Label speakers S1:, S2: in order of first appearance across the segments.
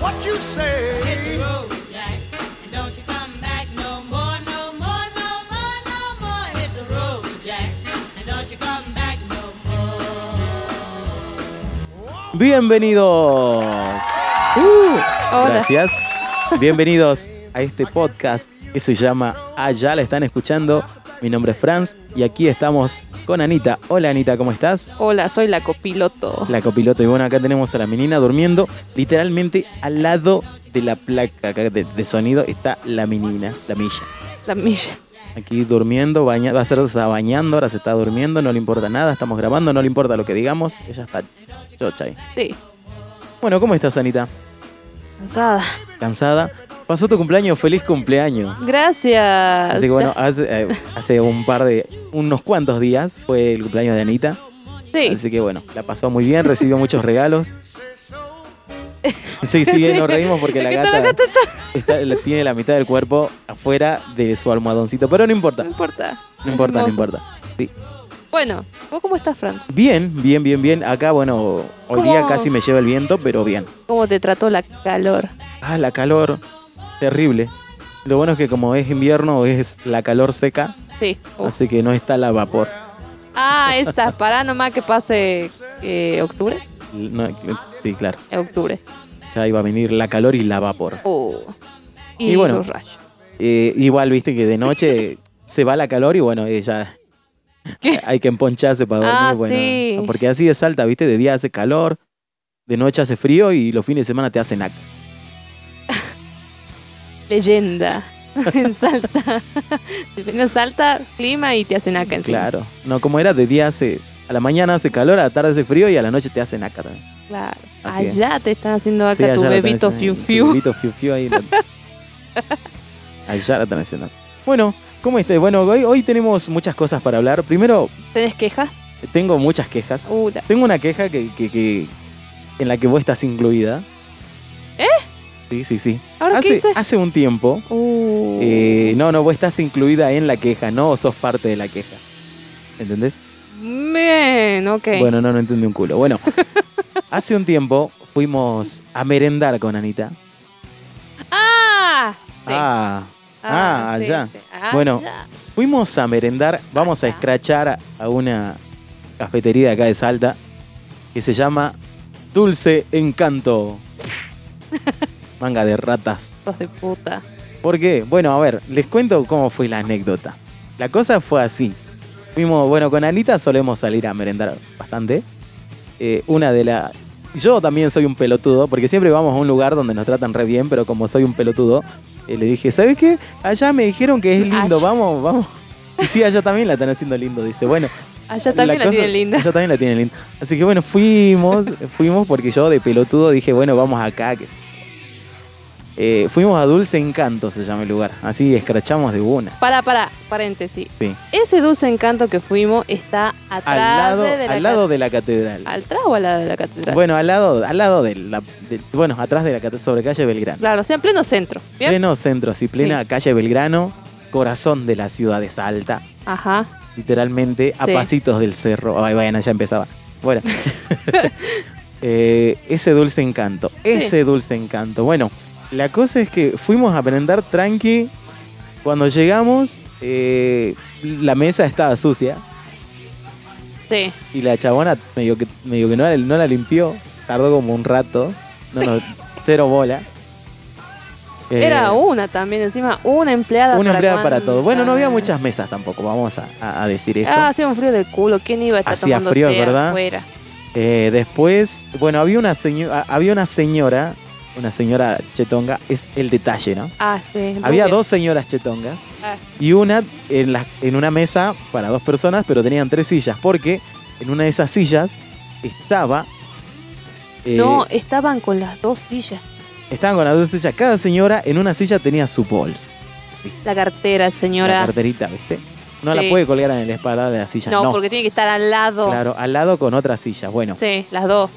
S1: what you say.
S2: Hit the road, Jack, and don't you come back no more, no more, no more, no more. Hit the road, Jack, and don't you come back no more.
S3: Bienvenidos. Uh,
S4: Hola.
S3: Gracias. Bienvenidos a este podcast que se llama Allá la están escuchando. Mi nombre es Franz y aquí estamos con Anita. Hola Anita, ¿cómo estás?
S4: Hola, soy la copiloto.
S3: La copiloto y bueno, acá tenemos a la menina durmiendo literalmente al lado de la placa acá de, de sonido está la menina, la milla.
S4: La milla.
S3: Aquí durmiendo, baña, va a ser está bañando, ahora se está durmiendo, no le importa nada, estamos grabando, no le importa lo que digamos, ella está chocha ahí.
S4: Sí,
S3: Bueno, ¿cómo estás Anita?
S4: cansada.
S3: cansada. Pasó tu cumpleaños, feliz cumpleaños.
S4: Gracias.
S3: Así que bueno, hace, eh, hace un par de, unos cuantos días fue el cumpleaños de Anita.
S4: Ya- sí,
S3: Así que bueno, la pasó muy bien, recibió muchos regalos. Sí, sí,
S4: Sí.
S3: nos reímos porque la
S4: Es que
S3: gata,
S4: está la
S3: está- la- tiene la mitad del cuerpo afuera de su almohadoncito, pero no importa,
S4: no importa.
S3: no importa, no
S4: hermoso.
S3: importa. Sí.
S4: Bueno, ¿vos cómo estás, Fran?
S3: Bien, bien, bien, bien. Acá, bueno, hoy
S4: ¿Cómo?
S3: día casi me lleva el viento, pero bien.
S4: ¿Cómo te trató la calor?
S3: Ah, la calor, terrible. Lo bueno es que como es invierno, es la calor seca,
S4: Sí. Uh.
S3: Así que no está la vapor.
S4: Ah, esa, pará nomás que pase eh, octubre.
S3: No, sí, claro.
S4: Eh, octubre.
S3: Ya iba a venir la calor y la vapor.
S4: Uh. Y,
S3: Y bueno.
S4: los rayos.
S3: Eh, igual, viste que de noche se va la calor y bueno, eh, ya
S4: ¿Qué?
S3: hay que emponcharse para dormir.
S4: Ah,
S3: bueno,
S4: sí.
S3: Porque así es alta, viste, de día hace calor, de noche hace frío y los fines de semana te hacen acá.
S4: Leyenda. en Salta. En Salta, clima y te hacen acá encima.
S3: Claro. No, como era, de día hace... A la mañana hace calor, a la tarde hace frío y a la noche te hacen acá también.
S4: Claro.
S3: Así es.
S4: allá te están haciendo
S3: Sí,
S4: acá tu
S3: allá la tenés
S4: bebito
S3: en-
S4: fiu
S3: tu
S4: fiu.
S3: Bebito fiu fiu ahí. la- allá la eh, están haciendo. Bueno, ¿cómo estás? Bueno, hoy, hoy tenemos muchas cosas para hablar. Primero,
S4: ¿Tenés quejas?
S3: tengo muchas quejas.
S4: Uh, la-
S3: Tengo una queja que, que- que- en la que vos estás incluida.
S4: ¿Eh?
S3: Sí, sí, Ah, sí.
S4: ¿Ahora qué
S3: hace,
S4: hice?
S3: hace un tiempo.
S4: Uh.
S3: eh, no, no, vos estás incluida en la queja, no sos parte de la queja. ¿Entendés?
S4: Bien, ok.
S3: Bueno, no, no entendí un culo. Bueno, hace un tiempo fuimos a merendar con Anita.
S4: ¡Ah! Sí.
S3: Ah, ah,
S4: sí,
S3: allá.
S4: sí. Ah,
S3: Bueno.
S4: ya.
S3: Fuimos a merendar, vamos a
S4: Ajá.
S3: escrachar a una cafetería de acá de Salta que se llama Dulce Encanto. Manga de ratas.
S4: Hijos de puta.
S3: ¿Por qué? Bueno, a ver, les cuento cómo fue la anécdota. La cosa fue así. Fuimos, bueno, con Anita solemos salir a merendar bastante. Eh, una de las... Yo también soy un pelotudo, porque siempre vamos a un lugar donde nos tratan re bien, pero como soy un pelotudo, eh, le dije, ¿sabes qué? Allá me dijeron que es lindo,
S4: Allá.
S3: vamos, vamos. Y sí, allá también la están haciendo lindo, dice. Bueno,
S4: Allá también la,
S3: cosa-
S4: tiene linda.
S3: Allá también la tiene linda. Así que bueno, fuimos, fuimos porque yo de pelotudo dije, bueno, vamos acá. que- Eh, fuimos a Dulce Encanto, se llama el lugar. Así escrachamos de una.
S4: Para, para, paréntesis.
S3: Sí.
S4: Ese dulce encanto que fuimos está atrás
S3: Al lado,
S4: de la
S3: al lado de la catedral.
S4: catedral. ¿Atrás o al lado de la catedral?
S3: Bueno, al lado, al lado de la, de- bueno, atrás de la catedral, sobre calle Belgrano.
S4: Claro, o sea, en pleno centro. ¿Bien?
S3: Pleno centro, sí, plena calle Belgrano, corazón de la ciudad de Salta.
S4: Ajá.
S3: literalmente a
S4: Sí.
S3: pasitos del cerro. Ay, bueno, ya empezaba. Bueno, Eh, ese dulce encanto, ese dulce encanto. Bueno, la cosa es que fuimos a merendar tranqui. Cuando llegamos, eh, la mesa estaba sucia
S4: Sí.
S3: y la chabona medio que, medio que no, la- no la limpió. Tardó como un rato. No, no, cero bola. Eh,
S4: Era una también, encima, una empleada
S3: una empleada para
S4: cuánta-
S3: todo. Bueno, no había muchas mesas tampoco, vamos a- a, a decir eso.
S4: Ah, hacía un frío del culo. ¿Quién iba a estar
S3: Hacía
S4: tomando
S3: frío,
S4: té
S3: ¿verdad?
S4: afuera?
S3: Eh, después, bueno, había una, seño- a- había una señora, una señora chetonga, es el detalle, ¿no?
S4: Ah, sí.
S3: Había
S4: rubia.
S3: dos señoras chetongas
S4: Ah.
S3: y una en, la- en una mesa para dos personas, pero tenían tres sillas, porque en una de esas sillas estaba... eh,
S4: No, estaban con las dos sillas.
S3: Estaban con las dos sillas. Cada señora en una silla tenía su bolso. Sí,
S4: La cartera, señora.
S3: La carterita, ¿viste? No la
S4: Sí.
S3: puede colgar en la espalda de la silla. No,
S4: No, porque tiene que estar al lado.
S3: claro, al lado con otra silla. Bueno,
S4: Sí, las dos.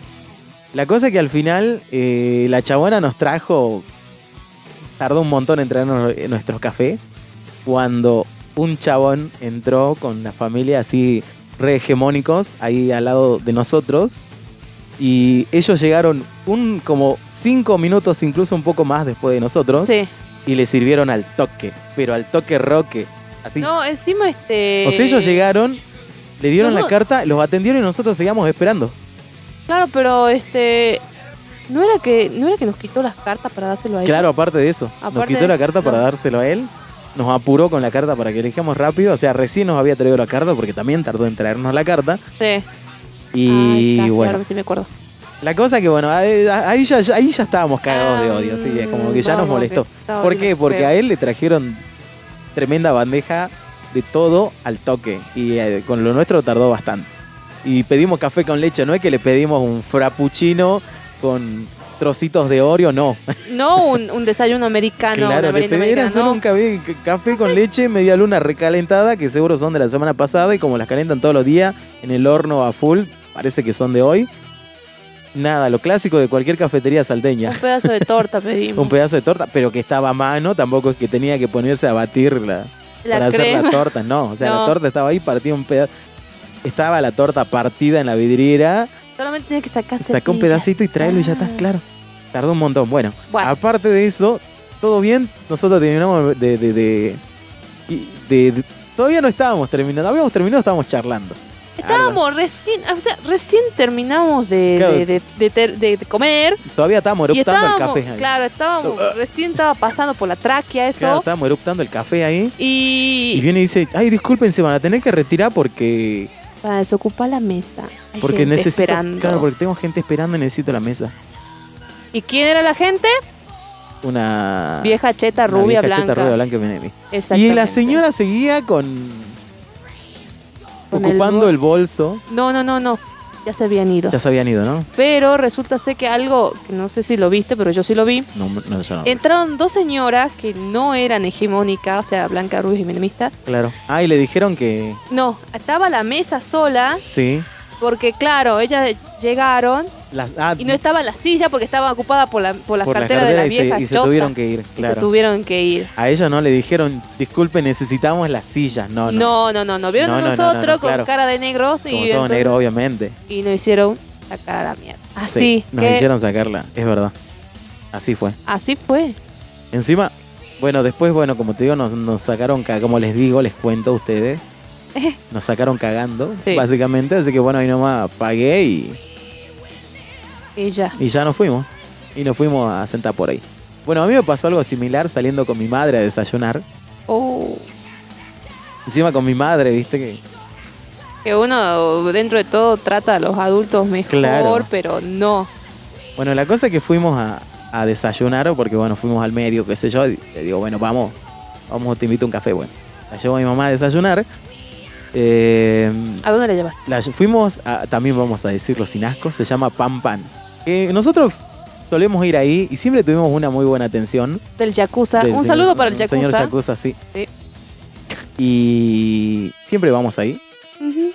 S3: La cosa es que al final eh, la chabona nos trajo, tardó un montón en traernos eh, nuestro café, cuando un chabón entró con la familia así re hegemónicos ahí al lado de nosotros Y ellos llegaron un como cinco minutos, incluso un poco más después de nosotros.
S4: Sí.
S3: Y le sirvieron al toque, pero al toque roque. Así.
S4: No, encima este.
S3: O sea, ellos llegaron, le dieron la
S4: Nosotros- carta,
S3: carta, los atendieron y nosotros seguíamos esperando.
S4: Claro, pero este. ¿No era que, no era que nos quitó las cartas para dárselo a ellos?
S3: Claro, aparte de eso, nos
S4: Aparte
S3: quitó
S4: de-
S3: la carta para
S4: no.
S3: dárselo a él, nos apuró con la carta para que elijamos rápido, o sea, recién nos había traído la carta porque también tardó en traernos la carta.
S4: Sí. Ay,
S3: Y
S4: está, sí,
S3: bueno,
S4: ahora sí me acuerdo.
S3: la cosa que bueno, ahí, ahí ya, ahí ya estábamos cagados de odio, así
S4: sí,
S3: que como que ya
S4: mm,
S3: nos molestó. ¿Por qué? Porque a él le trajeron tremenda bandeja de todo al toque. Y eh, con lo nuestro tardó bastante. Y pedimos café con leche, no es que le pedimos un frappuccino con trocitos de Oreo, no.
S4: No un, un desayuno americano,
S3: claro,
S4: Ah, una
S3: le
S4: merienda
S3: pidieron
S4: americana.
S3: solo
S4: no.
S3: un café, c- café con leche, media luna recalentada, que seguro son de la semana pasada y como las calentan todos los días en el horno a full, parece que son de hoy. Nada, lo clásico de cualquier cafetería salteña.
S4: Un pedazo de torta pedimos.
S3: Un pedazo de torta, pero que estaba a mano, tampoco es que tenía que ponerse a batirla para
S4: la
S3: hacer la
S4: crema.
S3: torta, no. O sea, la
S4: No.
S3: torta estaba ahí, partía un pedazo. Estaba la torta partida en la vidriera,
S4: Solamente tiene que sacar
S3: sacó un
S4: semillas.
S3: pedacito y traerlo y ya está,
S4: Ah.
S3: claro. Tardó un montón. Bueno,
S4: Bueno,
S3: aparte de eso, todo bien, nosotros terminamos de. de, de- y- de- de- todavía no estábamos terminando, habíamos terminado, estábamos charlando.
S4: estábamos recién, o sea, recién terminamos de,
S3: Claro.
S4: de, de- de ter- de- de comer.
S3: Algo- Todavía estábamos
S4: y
S3: eruptando el
S4: estábamos,
S3: café ahí. Ah.
S4: claro, estábamos, recién estaba pasando por la tráquea eso.
S3: Claro, estábamos eruptando el café ahí. Y
S4: y
S3: viene y dice, ay, disculpen, se van a tener que retirar porque
S4: para desocupar la mesa. Hay
S3: Porque
S4: gente
S3: necesito.
S4: esperando.
S3: Claro, porque tengo gente esperando y necesito la mesa.
S4: ¿Y quién era la gente?
S3: Una.
S4: vieja cheta
S3: una
S4: rubia
S3: Ah. vieja
S4: blanca.
S3: cheta rubia blanca que viene a mí. Y
S4: Exactamente.
S3: la señora seguía con.
S4: Con el
S3: ocupando
S4: bol-
S3: el, bolso.
S4: No, no, no, no. Ya se habían ido.
S3: Ya se habían ido, ¿no?
S4: Pero resulta ser que algo, que no sé si lo viste, pero yo sí lo vi.
S3: No, no, yo no.
S4: Entraron dos señoras que no eran hegemónicas, o sea, Blanca Ruiz y Menemista.
S3: Claro. Ah, y le dijeron que.
S4: No, estaba la mesa sola,
S3: Sí.
S4: porque claro, ellas llegaron
S3: Las, ah,
S4: y no estaba la silla porque estaba ocupada por, la, por las
S3: por la
S4: carteras
S3: cartera
S4: de
S3: y
S4: la
S3: se-
S4: vieja
S3: y, se, tuvieron que ir, claro.
S4: tuvieron que ir.
S3: A ellos no le dijeron, disculpe, necesitamos las sillas. No,
S4: No,
S3: no.
S4: no, no, no. Vieron
S3: No,
S4: a
S3: no, no,
S4: nosotros
S3: no, no,
S4: con
S3: claro.
S4: cara de negros y,
S3: Como somos
S4: entonces-
S3: negros, obviamente.
S4: y nos hicieron sacar a la mierda. Así
S3: Sí, Nos
S4: que
S3: hicieron sacarla, es verdad. Así fue.
S4: así fue.
S3: Encima, bueno, después, bueno, como te digo, nos, nos sacaron, ca- como les digo, les cuento a ustedes, nos sacaron cagando,
S4: Sí.
S3: básicamente, así que bueno, ahí nomás pagué y,
S4: Y ya.
S3: y ya nos fuimos. Y nos fuimos a sentar por ahí. Bueno, a mí me pasó algo similar saliendo con mi madre a desayunar.
S4: Oh,
S3: Encima con mi madre, viste que...
S4: que uno dentro de todo trata a los adultos mejor,
S3: Claro.
S4: pero no.
S3: Bueno, la cosa es que fuimos a, a desayunar, porque bueno, fuimos al medio, qué sé yo, y le digo, bueno, vamos, vamos, te invito a un café, bueno. La llevo a mi mamá a desayunar. Eh,
S4: ¿A dónde le llevaste?
S3: La- fuimos, a- también vamos a decirlo sin asco, se llama Pan Pan. Eh, nosotros solemos ir ahí y siempre tuvimos una muy buena atención.
S4: Del Yakuza.
S3: del
S4: Un
S3: señor-
S4: saludo para el
S3: del
S4: Yakuza.
S3: Señor Yakuza, sí.
S4: Sí.
S3: Y siempre vamos ahí.
S4: Ujú.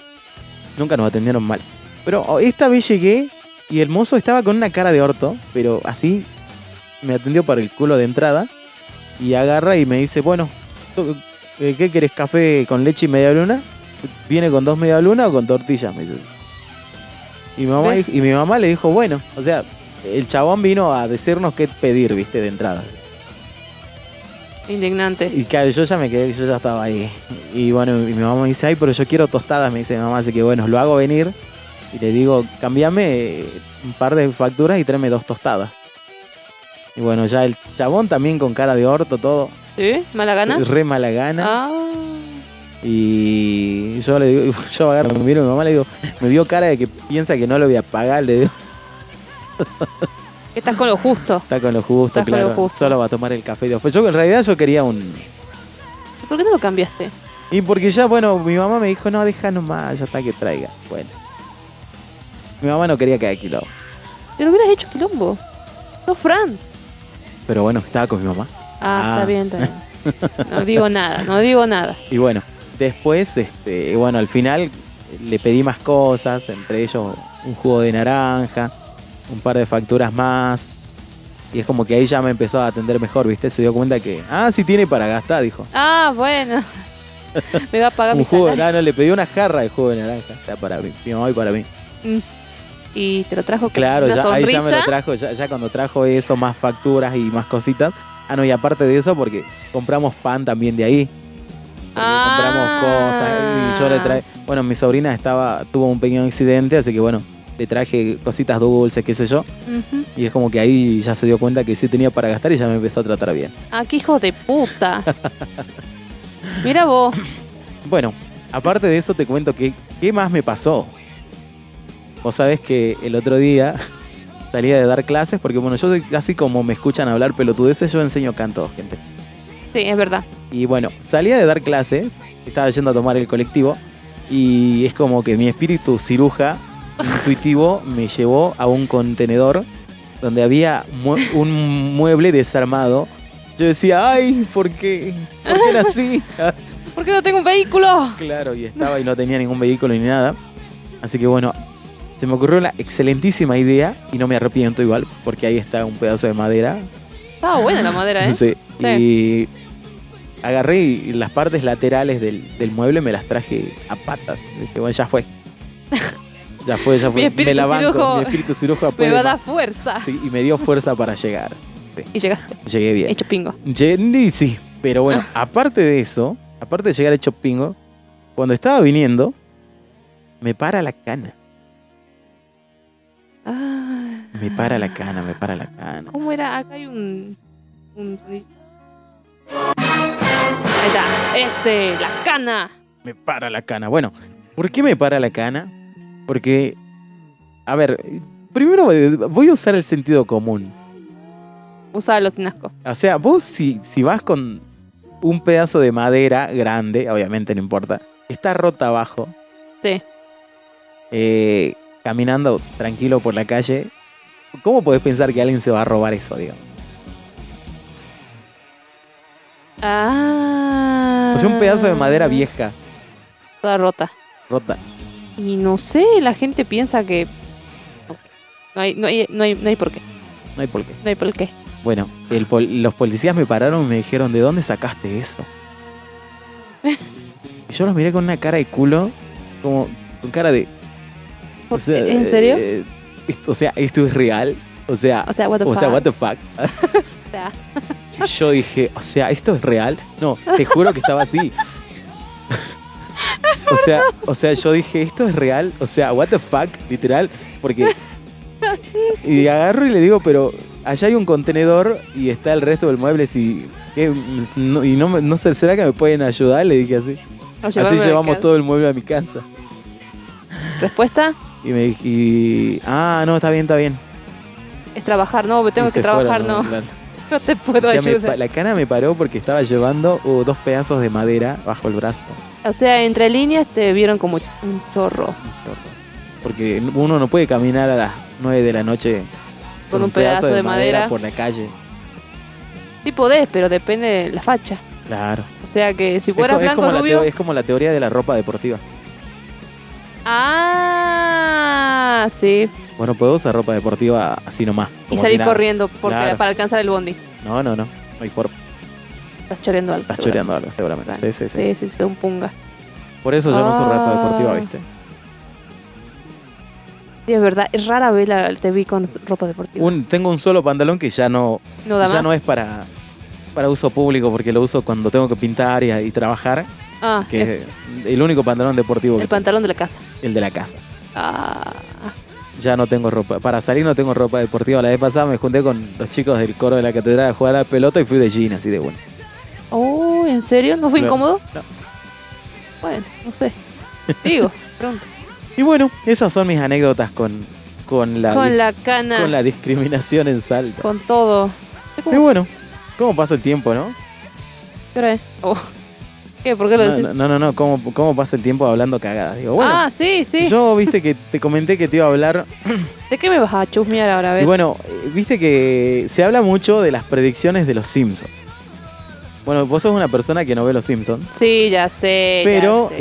S3: Nunca nos atendieron mal. Pero oh, esta vez llegué y el mozo estaba con una cara de orto, pero así me atendió para el culo de entrada. Y agarra y me dice, bueno, tú, eh, ¿qué querés? ¿Café con leche y media luna? ¿Viene con dos media luna o con tortillas? Me dice. Y mi, mamá,
S4: ¿Ves?
S3: dijo- y mi mamá le dijo, bueno, o sea, el chabón vino a decirnos qué pedir, viste, de entrada.
S4: Indignante.
S3: Y claro, yo ya me quedé, yo ya estaba ahí. Y bueno, y mi mamá me dice, ay, pero yo quiero tostadas, me dice mi mamá, así que bueno, lo hago venir y le digo, cambiame eh, un par de facturas y tráeme dos tostadas. Y bueno, ya el chabón también con cara de orto, todo.
S4: ¿Sí? ¿Mala gana?
S3: se- Re mala gana.
S4: Ah.
S3: Y yo le digo, yo agarro, me miro a mi mamá, le digo, me vio cara de que piensa que no lo voy a pagar, le digo,
S4: que Estás con lo justo.
S3: está con lo justo,
S4: Está con
S3: claro.
S4: lo justo.
S3: Solo va a tomar el café. Después yo en realidad yo quería un,
S4: ¿Y ¿Por qué no lo cambiaste?
S3: Y porque ya, bueno, mi mamá me dijo, no, deja nomás, ya está que traiga. Bueno. Mi mamá no quería que haya quilombo.
S4: Pero hubieras hecho quilombo. No, Franz.
S3: Pero bueno, estaba con mi mamá. Ah.
S4: Ah, está bien, está bien. No digo nada, no digo nada.
S3: Y bueno, después, este, bueno, al final le pedí más cosas, entre ellos un jugo de naranja, un par de facturas más. Y es como que ahí ya me empezó a atender mejor, ¿viste? Se dio cuenta que, ah, sí tiene para gastar, dijo.
S4: Ah, bueno. Me va a pagar
S3: Un
S4: mi
S3: jugo de
S4: salario.
S3: naranja, le pedí una jarra de jugo de naranja, o sea, para mí, mi mamá y para mí.
S4: Mm. y te lo trajo con
S3: Claro,
S4: una
S3: ya, ahí ya me lo
S4: sonrisa.
S3: trajo, ya, ya cuando trajo eso, más facturas y más cositas. Ah, no, y aparte de eso, porque compramos pan también de ahí. Porque Compramos
S4: Ah.
S3: cosas eh, y yo le traje... Bueno, mi sobrina estaba tuvo un pequeño accidente, así que bueno, le traje cositas dulces, qué sé yo.
S4: Ujú.
S3: Y es como que ahí ya se dio cuenta que sí tenía para gastar y ya me empezó a tratar bien.
S4: Ah, qué hijo de puta. Mira vos.
S3: Bueno, aparte de eso te cuento que qué más me pasó. Vos sabés que el otro día salía de dar clases porque bueno, yo soy- así como me escuchan hablar pelotudeces, yo enseño canto, gente.
S4: Sí, es verdad.
S3: Y bueno, salía de dar clases, estaba yendo a tomar el colectivo y es como que mi espíritu ciruja intuitivo me llevó a un contenedor donde había mue- un mueble desarmado. Yo decía, ay, ¿por qué? ¿Por qué era así?
S4: ¿Por qué no tengo un vehículo?
S3: Claro, y estaba y no tenía ningún vehículo ni nada. Así que bueno, se me ocurrió la excelentísima idea y no me arrepiento igual, porque ahí está un pedazo de madera.
S4: Estaba buena la madera, ¿eh?
S3: Sí. Y agarré y las partes laterales del, del mueble me las traje a patas. Y dije, bueno, ya fue. Ya fue, ya
S4: Mi
S3: fue.
S4: espíritu
S3: me la banco,
S4: cirujo-
S3: mi espíritu cirujo
S4: Me
S3: puede
S4: va a dar
S3: más.
S4: fuerza.
S3: Sí, y me dio fuerza para llegar.
S4: Y llegaste.
S3: Llegué bien.
S4: Hecho pingo.
S3: Jenny sí, pero bueno, aparte de eso, aparte de llegar hecho pingo, cuando estaba viniendo, me para la cana.
S4: Ah.
S3: Me para la cana, me para la cana.
S4: ¿Cómo era? Acá hay un. un sonido. Ahí está. Ese, la cana.
S3: Me para la cana. Bueno, ¿por qué me para la cana? Porque, a ver, primero eh, voy a usar el sentido común.
S4: Usaba sin asco.
S3: O sea, vos si, si vas con un pedazo de madera grande, obviamente no importa, está rota abajo.
S4: Sí.
S3: eh, caminando tranquilo por la calle, ¿cómo podés pensar que alguien se va a robar eso, digamos?
S4: Ah.
S3: O sea, un pedazo de madera vieja,
S4: Toda rota.
S3: rota.
S4: Y no sé, la gente piensa que. No sé. No hay, no hay, no hay, no hay por qué.
S3: No hay por qué.
S4: No hay por qué.
S3: Bueno, el pol- los policías me pararon y me dijeron, ¿de dónde sacaste eso? Y yo los miré con una cara de culo, como con cara de...
S4: ¿Por-
S3: o sea,
S4: ¿En serio?
S3: eh, esto- o sea, esto es real. O sea,
S4: o sea, what the
S3: o sea,
S4: fuck?
S3: what the fuck.
S4: O sea,
S3: Y yo dije, o sea, ¿esto es real? No, te juro que estaba así. O sea, o sea, yo dije, ¿esto es real? O sea, what the fuck, literal, porque... Y agarro y le digo, pero allá hay un contenedor y está el resto del mueble, si... ¿qué? No- y no, me- no sé, ¿será que me pueden ayudar? Le dije así.
S4: o llevarme
S3: Así
S4: de
S3: llevamos
S4: casa.
S3: todo el mueble a mi casa.
S4: Respuesta
S3: Y me dije, y- ah, no, está bien, está bien.
S4: es trabajar. No, tengo
S3: Y
S4: que
S3: se
S4: trabajar,
S3: fueron,
S4: no.
S3: claro.
S4: No te puedo
S3: O sea, me pa-
S4: ayudar.
S3: la cana me paró porque estaba llevando oh, dos pedazos de madera bajo el brazo.
S4: O sea, entre líneas te vieron como un chorro.
S3: Porque uno no puede caminar a las 9 de la noche
S4: Con un pedazo de madera.
S3: por la calle.
S4: Sí podés, pero depende de la facha.
S3: Claro.
S4: O sea que si
S3: Es, co-
S4: fueras
S3: es
S4: blanco
S3: como la
S4: rubio.
S3: teo- es como la teoría de la ropa deportiva.
S4: Ah, sí.
S3: Bueno, puedo usar ropa deportiva así nomás.
S4: Y
S3: como
S4: salir
S3: si nada.
S4: corriendo porque
S3: Claro.
S4: para alcanzar el bondi.
S3: No, no, no. No hay forma.
S4: Estás choreando algo.
S3: Estás
S4: seguro.
S3: choreando algo, seguramente. Sí, sí, sí.
S4: Sí, sí, sí, un punga.
S3: Por eso yo no uso ropa
S4: Ah.
S3: deportiva, ¿viste?
S4: Sí, es verdad. Es rara vez la, te vi con ropa deportiva.
S3: Un- tengo un solo pantalón que ya no,
S4: no da
S3: ya
S4: más.
S3: no es para, para uso público porque lo uso cuando tengo que pintar y, y trabajar.
S4: ah, es
S3: Que es el único pantalón deportivo que
S4: el
S3: tengo,
S4: pantalón de la casa.
S3: el de la casa.
S4: Ah,
S3: ya no tengo ropa. Para salir no tengo ropa deportiva. La vez pasada me junté con los chicos del coro de la catedral a jugar a la pelota y fui de jean, así de bueno.
S4: oh, ¿en serio? ¿No fue
S3: No,
S4: incómodo?
S3: no.
S4: Bueno, no sé. Digo, pronto.
S3: Y bueno, esas son mis anécdotas con, con, la,
S4: con
S3: dis-
S4: la cana,
S3: con la discriminación en Salta.
S4: con todo.
S3: Y bueno, ¿cómo pasa el tiempo, no?
S4: ¿Qué hora es? Oh. ¿Qué? ¿Por qué lo
S3: No,
S4: decís?
S3: no, no, no, no, ¿cómo, ¿cómo pasa el tiempo hablando cagadas? Digo, bueno,
S4: ah, sí, sí.
S3: yo viste que te comenté que te iba a hablar.
S4: ¿De qué me vas a chusmear ahora? A
S3: Y
S4: ver.
S3: bueno, eh, viste que se habla mucho de las predicciones de los Simpsons. Bueno, vos sos una persona que no ve los Simpsons.
S4: Sí, ya sé. ya
S3: Pero
S4: sé.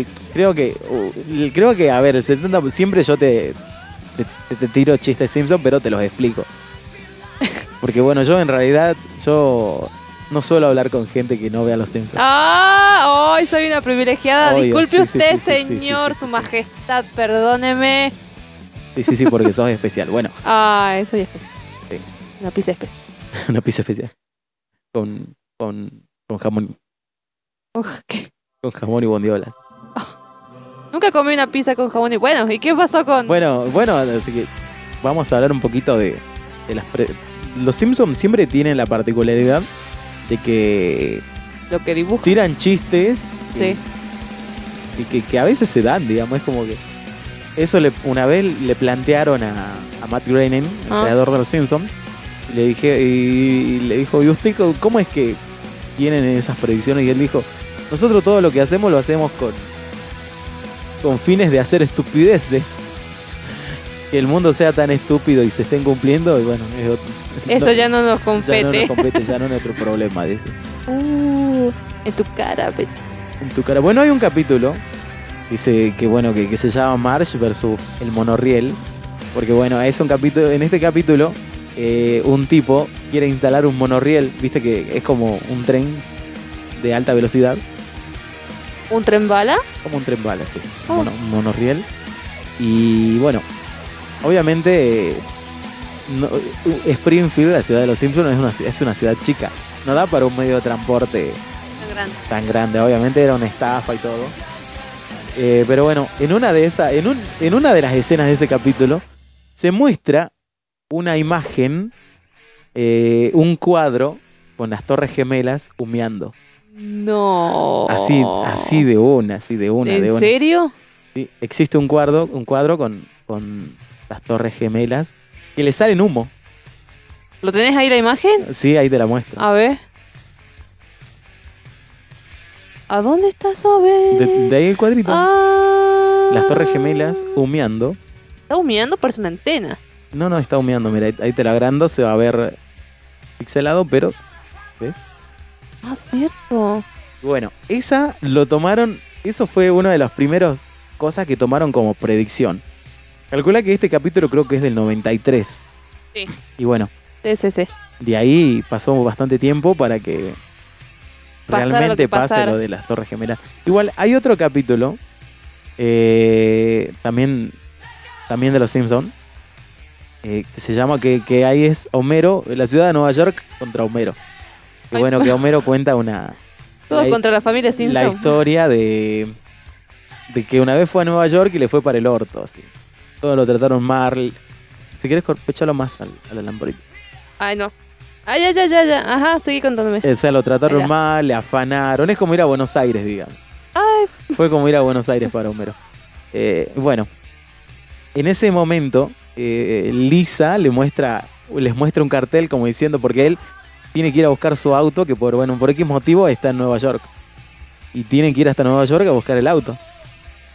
S3: eh, creo que, uh, creo que, a ver, el 70, siempre yo te, te- te, te tiro chistes Simpson, pero te los explico. Porque bueno, yo en realidad, yo no suelo hablar con gente que no vea los Simpsons.
S4: Ah, hoy soy una privilegiada.
S3: Obvio,
S4: Disculpe
S3: sí, sí,
S4: usted,
S3: sí, sí, sí, sí,
S4: señor,
S3: sí, sí,
S4: su
S3: sí.
S4: majestad, perdóneme.
S3: Sí, sí, sí, porque sos especial. Bueno,
S4: Ah, eso ya especial.
S3: Sí.
S4: Una pizza especial.
S3: una pizza especial. Con, con, con jamón.
S4: Uf, ¿qué?
S3: Con jamón y bondiola.
S4: Nunca comí una pizza con jabón y bueno, ¿y qué pasó con...?
S3: Bueno, bueno, así que vamos a hablar un poquito de, de las pre- Los Simpsons siempre tienen la particularidad de que
S4: Lo que dibujo.
S3: tiran chistes
S4: Sí.
S3: y que, que a veces se dan, digamos, es como que... Eso le- una vez le plantearon a, a Matt Groening, el
S4: Ah.
S3: creador de Los Simpsons, y le, dije, y, y le dijo, ¿y usted co- cómo es que tienen esas predicciones? Y él dijo, nosotros todo lo que hacemos lo hacemos con, con fines de hacer estupideces. Que el mundo sea tan estúpido y se estén cumpliendo, y bueno, es otro-
S4: Eso
S3: no-
S4: ya no nos
S3: ya no
S4: compete.
S3: nos compete, ya no es nuestro problema, dice.
S4: Uh, en tu cara, pe-
S3: En tu cara. Bueno, hay un capítulo. Dice que bueno, que, que se llama Marsh versus el monorriel. Porque bueno, es un capítulo. En este capítulo, eh, un tipo quiere instalar un monorriel. Viste que es como un tren de alta velocidad.
S4: ¿Un tren bala?
S3: Como un tren bala, sí.
S4: Ah.
S3: Mono- un monorriel. Y bueno, obviamente eh, no- eh, Springfield, la ciudad de los Simpsons, es una, ci- es una ciudad chica. No da para un medio de transporte
S4: grande.
S3: tan grande. Obviamente era una estafa y todo. Eh, pero bueno, en una de esas, en, un- en una de las escenas de ese capítulo, se muestra una imagen, eh, un cuadro con las torres gemelas humeando.
S4: No.
S3: Así,
S4: Oh.
S3: así de una, así de una,
S4: ¿En
S3: de una.
S4: serio?
S3: Sí, existe un cuadro, un cuadro con, con las torres gemelas que le salen humo.
S4: ¿Lo tenés ahí la imagen?
S3: Sí, ahí te la muestro.
S4: A ver. ¿A dónde estás, a ver?
S3: De, de ahí el cuadrito.
S4: Ah.
S3: Las torres gemelas humeando.
S4: Está humeando, parece una antena.
S3: No, no, está humeando, mira, ahí- ahí te lo agrando, se va a ver pixelado, pero
S4: Ah, cierto.
S3: bueno, esa lo tomaron, eso fue una de las primeras cosas que tomaron como predicción. Calcula que este capítulo creo que es del 93.
S4: Sí.
S3: Y bueno,
S4: Sí, sí, sí.
S3: de ahí pasó bastante tiempo para que
S4: Pasara lo
S3: realmente
S4: que
S3: pase
S4: pasara.
S3: lo de las Torres Gemelas. Igual hay otro capítulo, eh, también, también de Los Simpsons, que se llama que, que ahí es Homero, la ciudad de Nueva York contra Homero. Y
S4: Ay.
S3: bueno, que Homero cuenta una,
S4: Todo
S3: La-
S4: contra la familia
S3: la
S4: Simpson.
S3: historia de, de que una vez fue a Nueva York y le fue para el orto. Así. Todo lo trataron mal. Si quieres, échalo más al, a la lamparita.
S4: Ay, no. Ay, ay, ay, ay, ay. Ajá, seguí contándome.
S3: O sea, lo trataron
S4: Era.
S3: mal, le afanaron. Es como ir a Buenos Aires, digamos. Fue como ir a Buenos Aires para Homero. Eh, bueno, en ese momento, eh, Lisa le muestra, les muestra un cartel como diciendo, porque él tiene que ir a buscar su auto, que por, bueno, por X motivo está en Nueva York. Y tienen que ir hasta Nueva York a buscar el auto.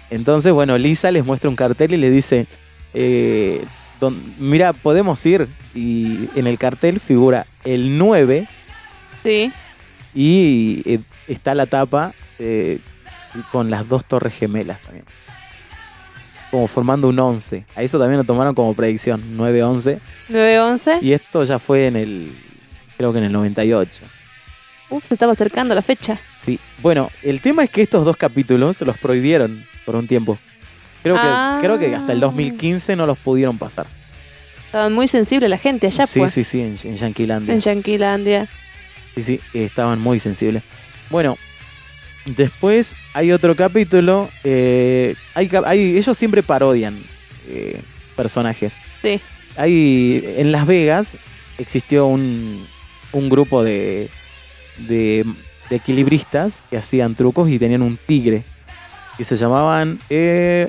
S3: Entonces, bueno, Lisa les muestra un cartel y le dice, eh, don- mira, podemos ir. Y en el cartel figura el 9
S4: Sí.
S3: y eh, está la tapa eh, con las dos torres gemelas también. Como formando un 11. A eso también lo tomaron como predicción, 9-11.
S4: 9-11.
S3: Y esto ya fue en el, creo que en el 98.
S4: Uf, se estaba acercando la fecha.
S3: Sí. Bueno, el tema es que estos dos capítulos los prohibieron por un tiempo. Creo que,
S4: Ah.
S3: creo que hasta el 2015 no los pudieron pasar.
S4: Estaban muy sensible la gente allá,
S3: sí,
S4: pues.
S3: sí, sí, en, en Yanquilandia.
S4: En Yanquilandia.
S3: Sí, sí, eh, estaban muy sensibles. Bueno, después hay otro capítulo. eh, hay, cap- hay- ellos siempre parodian eh, personajes.
S4: Sí.
S3: Hay, en Las Vegas existió un, un grupo de, de, de equilibristas que hacían trucos y tenían un tigre. Y se llamaban... eh,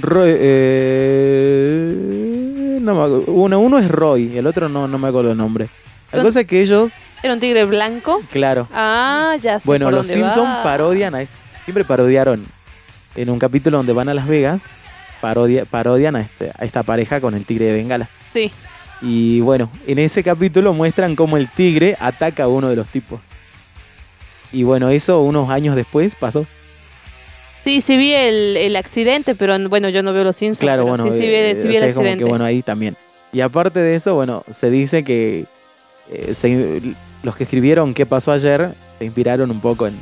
S3: Roy, eh, no me acu- uno, uno es Roy, el otro no, no me acuerdo el nombre. La
S4: Pero-
S3: cosa es que ellos,
S4: ¿Era un tigre blanco?
S3: claro,
S4: Ah, ya sé
S3: bueno,
S4: por
S3: los
S4: dónde
S3: Simpson
S4: va.
S3: parodian a est- siempre parodiaron en un capítulo donde van a Las Vegas, parodia- parodian a, este- a esta pareja con el tigre de Bengala.
S4: Sí.
S3: Y bueno, en ese capítulo muestran cómo el tigre ataca a uno de los tipos. Y bueno, eso unos años después pasó.
S4: Sí, sí vi el, el accidente, pero n- bueno, yo no veo los Simpsons.
S3: Claro,
S4: pero
S3: bueno,
S4: Sí, sí vi,
S3: eh,
S4: sí
S3: o
S4: vi el
S3: sea, es como
S4: accidente.
S3: que bueno, ahí también. Y aparte de eso, bueno, se dice que eh, se- los que escribieron qué pasó ayer se inspiraron un poco en,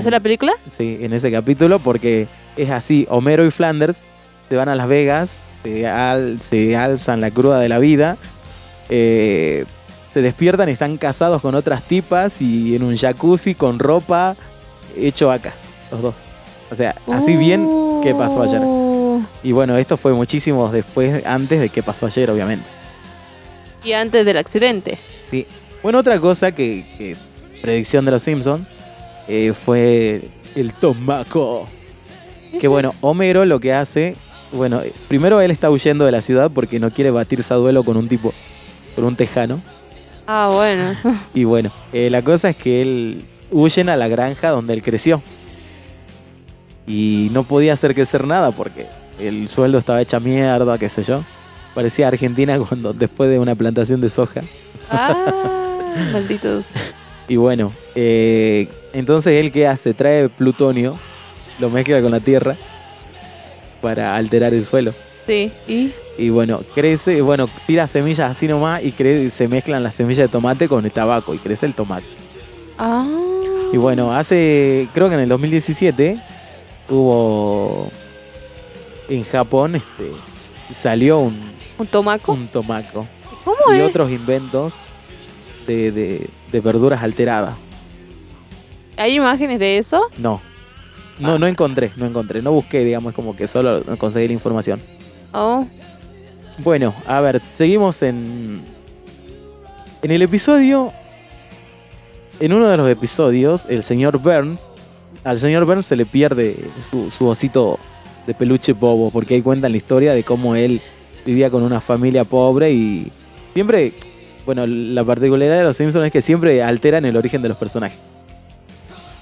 S3: eh,
S4: hacer la película?
S3: Sí, en ese capítulo, porque es así, Homero y Flanders se van a Las Vegas se, al- se alzan la cruda de la vida, eh, se despiertan, están casados con otras tipas y en un jacuzzi con ropa hecho acá, los dos. O sea, así bien. ¿qué pasó ayer?
S4: Uh,
S3: Y bueno, esto fue muchísimo después, antes de que pasó ayer, obviamente.
S4: Y antes del accidente.
S3: Sí. Bueno, otra cosa que, que predicción de los Simpsons fue el tomaco. Que bueno, Homero lo que hace, bueno, eh, primero él está huyendo de la ciudad porque no quiere batirse a duelo con un tipo, con un tejano.
S4: Ah, bueno.
S3: Y bueno, eh, la cosa es que él huyen a la granja donde él creció. Y no podía hacer que hacer nada porque el sueldo estaba hecha mierda, qué sé yo. Parecía Argentina cuando después de una plantación de soja.
S4: Ah, malditos.
S3: Y bueno, eh, entonces él que hace, trae plutonio, lo mezcla con la tierra para alterar el suelo.
S4: Sí. ¿Y?
S3: Y bueno, crece, y bueno, tira semillas así nomás y cre- se mezclan las semillas de tomate con el tabaco y crece el tomate.
S4: Ah.
S3: Y bueno, hace, creo que en el 2017 hubo en Japón, este, salió un,
S4: ¿Un tomaco?
S3: un tomaco
S4: ¿Cómo
S3: y
S4: es?
S3: otros inventos de, de- de verduras alteradas.
S4: ¿Hay imágenes de eso?
S3: No.
S4: Ah.
S3: No, no encontré, no encontré, no busqué, digamos, como que solo conseguí la información.
S4: Oh.
S3: Bueno, a ver, seguimos en. En el episodio. En uno de los episodios, el señor Burns. Al señor Burns se le pierde su, su osito de peluche bobo, porque ahí cuentan la historia de cómo él vivía con una familia pobre y. Siempre. Bueno, la particularidad de los Simpsons es que siempre alteran el origen de los personajes.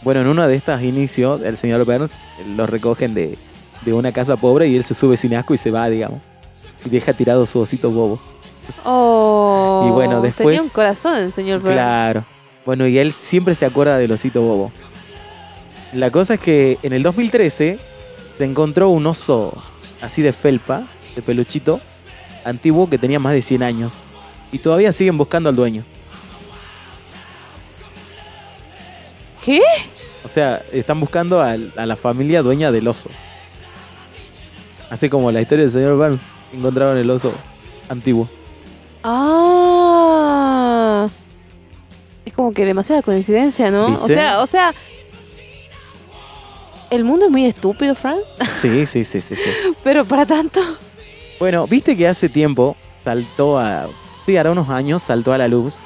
S3: Bueno, en uno de estos inicios, el señor Burns lo recogen de, de una casa pobre y él se sube sin asco y se va, digamos y deja tirado su osito bobo.
S4: Oh.
S3: Y bueno, después-
S4: Tenía un corazón el señor Burns.
S3: Claro. Bueno, y él siempre se acuerda del osito bobo. La cosa es que en el 2013 se encontró un oso así de felpa, de peluchito, antiguo que tenía más de 100 años. Y todavía siguen buscando al dueño.
S4: ¿Qué?
S3: O sea, están buscando al- a la familia dueña del oso. Así como la historia del señor Burns, encontraron el oso antiguo.
S4: Ah. Es como que demasiada coincidencia, ¿no? O
S3: ¿Viste?
S4: sea, o sea. El mundo es muy estúpido, Franz.
S3: Sí, sí, sí, sí, sí.
S4: Pero para tanto.
S3: Bueno, viste que hace tiempo saltó a. Sí, hará unos años saltó a la luz.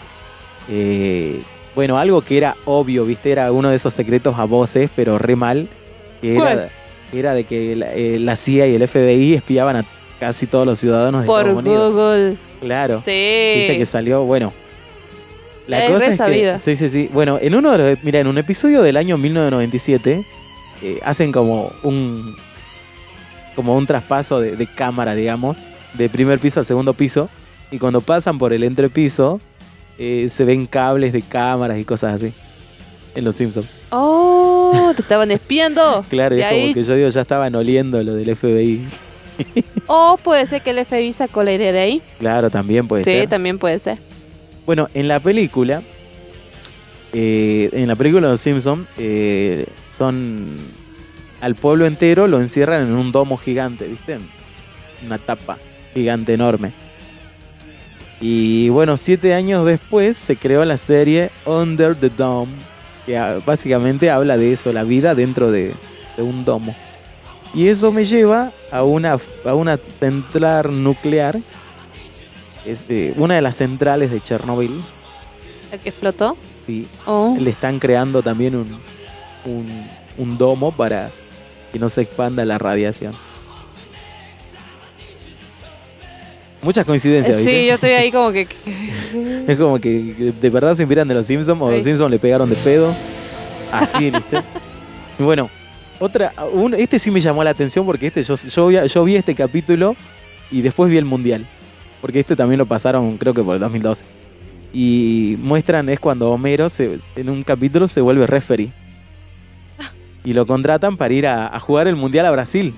S3: eh, bueno, algo que era obvio, viste, era uno de esos secretos a voces, pero re mal. Que era,
S4: ¿Cuál?
S3: era de que la, eh, la CIA y el FBI espiaban a casi todos los ciudadanos de
S4: Por
S3: Estados Unidos.
S4: Google.
S3: Claro.
S4: Sí.
S3: Viste que salió, bueno. La
S4: Es
S3: cosa
S4: Eh, re
S3: es que,
S4: sabido.
S3: sí, sí, sí. Bueno, en uno de los, mira, en un episodio del año 1997 eh, hacen como un como un traspaso de, de cámara, digamos, de primer piso al segundo piso y cuando pasan por el entrepiso eh, se ven cables de cámaras y cosas así en los Simpsons.
S4: Oh, te estaban espiando.
S3: Claro, y
S4: De
S3: es como
S4: ahí-
S3: que yo digo, ya estaban oliendo lo del FBI.
S4: O Oh, puede ser que el FBI sacó la idea de ahí.
S3: Claro, también puede
S4: sí,
S3: ser.
S4: también puede ser.
S3: Bueno, en la película, eh, en la película de los Simpsons, eh, son al pueblo entero lo encierran en un domo gigante, ¿viste? Una tapa gigante enorme. Y bueno, siete años después se creó la serie Under the Dome, que ah, básicamente habla de eso, la vida dentro de, de un domo. Y eso me lleva a una, a una central nuclear, este, una de las centrales de Chernobyl,
S4: ¿El que explotó?
S3: sí,
S4: Oh.
S3: le están creando también un, un, un domo para que no se expanda la radiación. Muchas coincidencias,
S4: Eh, Sí,
S3: ¿viste?
S4: yo estoy ahí como que.
S3: Es como que que de verdad se inspiran de los Simpsons o los
S4: Sí.
S3: Simpsons le pegaron de pedo. Así, ¿viste? Y bueno, otra, un- este sí me llamó la atención porque este yo, yo, vi, yo vi este capítulo y después vi el Mundial. Porque este también lo pasaron creo que por el 2012. Y muestran, es cuando Homero se- en un capítulo se vuelve referee. Y lo contratan para ir a- a jugar el Mundial a Brasil.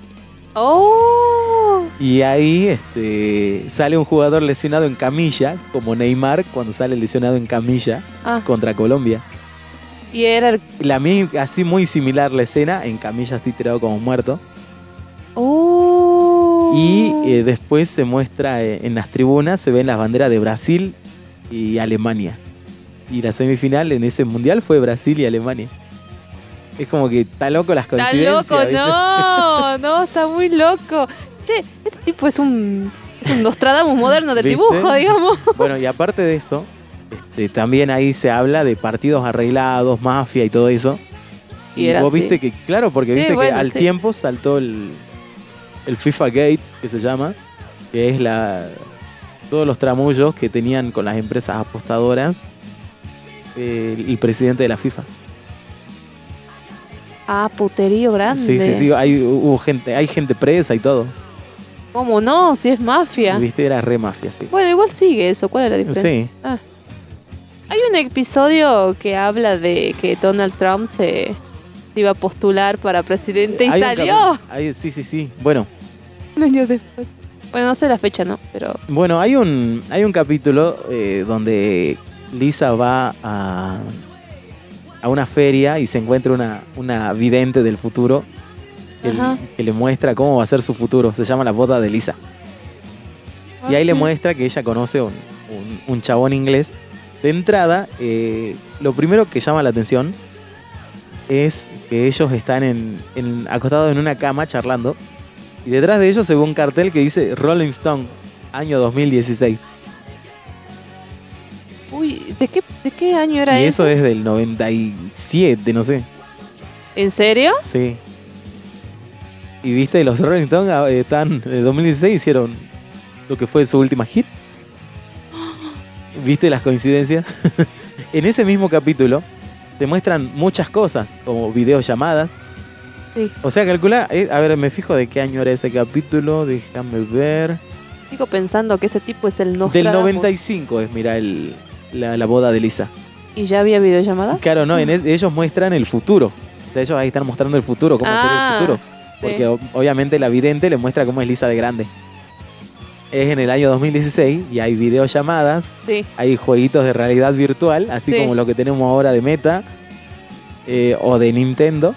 S4: Oh.
S3: Y ahí este, sale un jugador lesionado en camilla, como Neymar cuando sale lesionado en camilla
S4: Ah,
S3: contra Colombia.
S4: y era. el-
S3: La mi- así muy similar la escena, en camilla así tirado como muerto.
S4: Oh.
S3: Y eh, después se muestra eh, en las tribunas, se ven las banderas de Brasil y Alemania. Y la semifinal en ese mundial fue Brasil y Alemania. Es como que está loco las
S4: Está
S3: coincidencias.
S4: loco,
S3: ¿viste?
S4: no, no, está muy loco. Che, ese tipo es un, es un Nostradamus moderno del
S3: ¿Viste?
S4: dibujo, digamos.
S3: Bueno, y aparte de eso, este, también ahí se habla de partidos arreglados, mafia y todo eso.
S4: Y
S3: Y,
S4: era
S3: vos
S4: así.
S3: viste que, claro, porque
S4: Sí,
S3: viste
S4: bueno,
S3: que al
S4: sí.
S3: tiempo saltó el, el FIFA Gate, que se llama, que es la todos los tramullos que tenían con las empresas apostadoras eh, el, presidente de la FIFA.
S4: Ah, puterío grande.
S3: Sí, sí, sí, hay, hubo gente, hay gente presa y todo.
S4: ¿Cómo no? Si es mafia.
S3: Viste, era re mafia, sí.
S4: Bueno, igual sigue eso. ¿Cuál es la diferencia?
S3: Sí,
S4: Hay un episodio que habla de que Donald Trump se se iba a postular para presidente y
S3: Hay un
S4: salió
S3: capi- hay- sí, sí, sí. Bueno,
S4: un año después. Bueno, no sé la fecha, ¿no? Pero
S3: Bueno, hay un, hay un capítulo eh, donde Lisa va a, a una feria y se encuentra una, una vidente del futuro que, le-
S4: Ajá.
S3: que le muestra cómo va a ser su futuro. Se llama La boda de Lisa.
S4: Ah,
S3: Y ahí le muestra que ella conoce un, un- un chabón inglés. De entrada, eh, lo primero que llama la atención es que ellos están en, en- acostados en una cama charlando. Y detrás de ellos se ve un cartel que dice Rolling Stone, año 2016.
S4: Uy, ¿de qué, de qué año era
S3: Y
S4: eso?
S3: eso es del 97, no sé.
S4: ¿En serio?
S3: Sí. Y viste, los Rolling Stones ah, eh, están en el 2016 hicieron lo que fue su última hit. ¿Viste las coincidencias? en ese mismo capítulo te muestran muchas cosas, como videollamadas.
S4: Sí.
S3: O sea, calcula, eh, a ver, me fijo de qué año era ese capítulo, déjame ver.
S4: Sigo pensando que ese tipo es el
S3: Del
S4: Nostradamus.
S3: 95 es, mira, el, la, la boda de Lisa.
S4: ¿Y ya había videollamada?
S3: Claro, no, en es- ellos muestran el futuro. O sea, ellos ahí están mostrando el futuro, cómo
S4: Ah,
S3: será el futuro.
S4: sí.
S3: Porque o- obviamente la vidente le muestra cómo es Lisa de grande. Es en el año 2016 y hay videollamadas,
S4: Sí.
S3: hay jueguitos de realidad virtual, así
S4: Sí.
S3: como lo que tenemos ahora de Meta eh, o de Nintendo.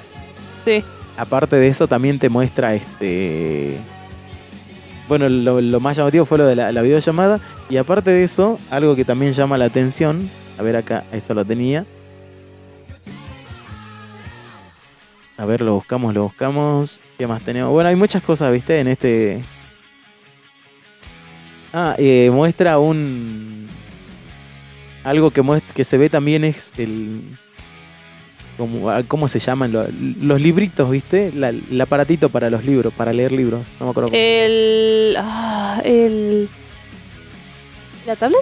S4: Sí.
S3: Aparte de eso, también te muestra este. Bueno, lo, lo más llamativo fue lo de la, la videollamada. Y aparte de eso, algo que también llama la atención. A ver, acá, eso lo tenía. A ver, lo buscamos, lo buscamos. ¿Qué más tenemos? Bueno, hay muchas cosas, viste, en este. Ah, eh, muestra un. Algo que, muest- que se ve también es el como, ah, ¿Cómo se llaman? Lo- los libritos, ¿viste? La- el aparatito para los libros, para leer libros. No me acuerdo. cómo se
S4: Eh,
S3: llama.
S4: El, ah, el... ¿La tablet?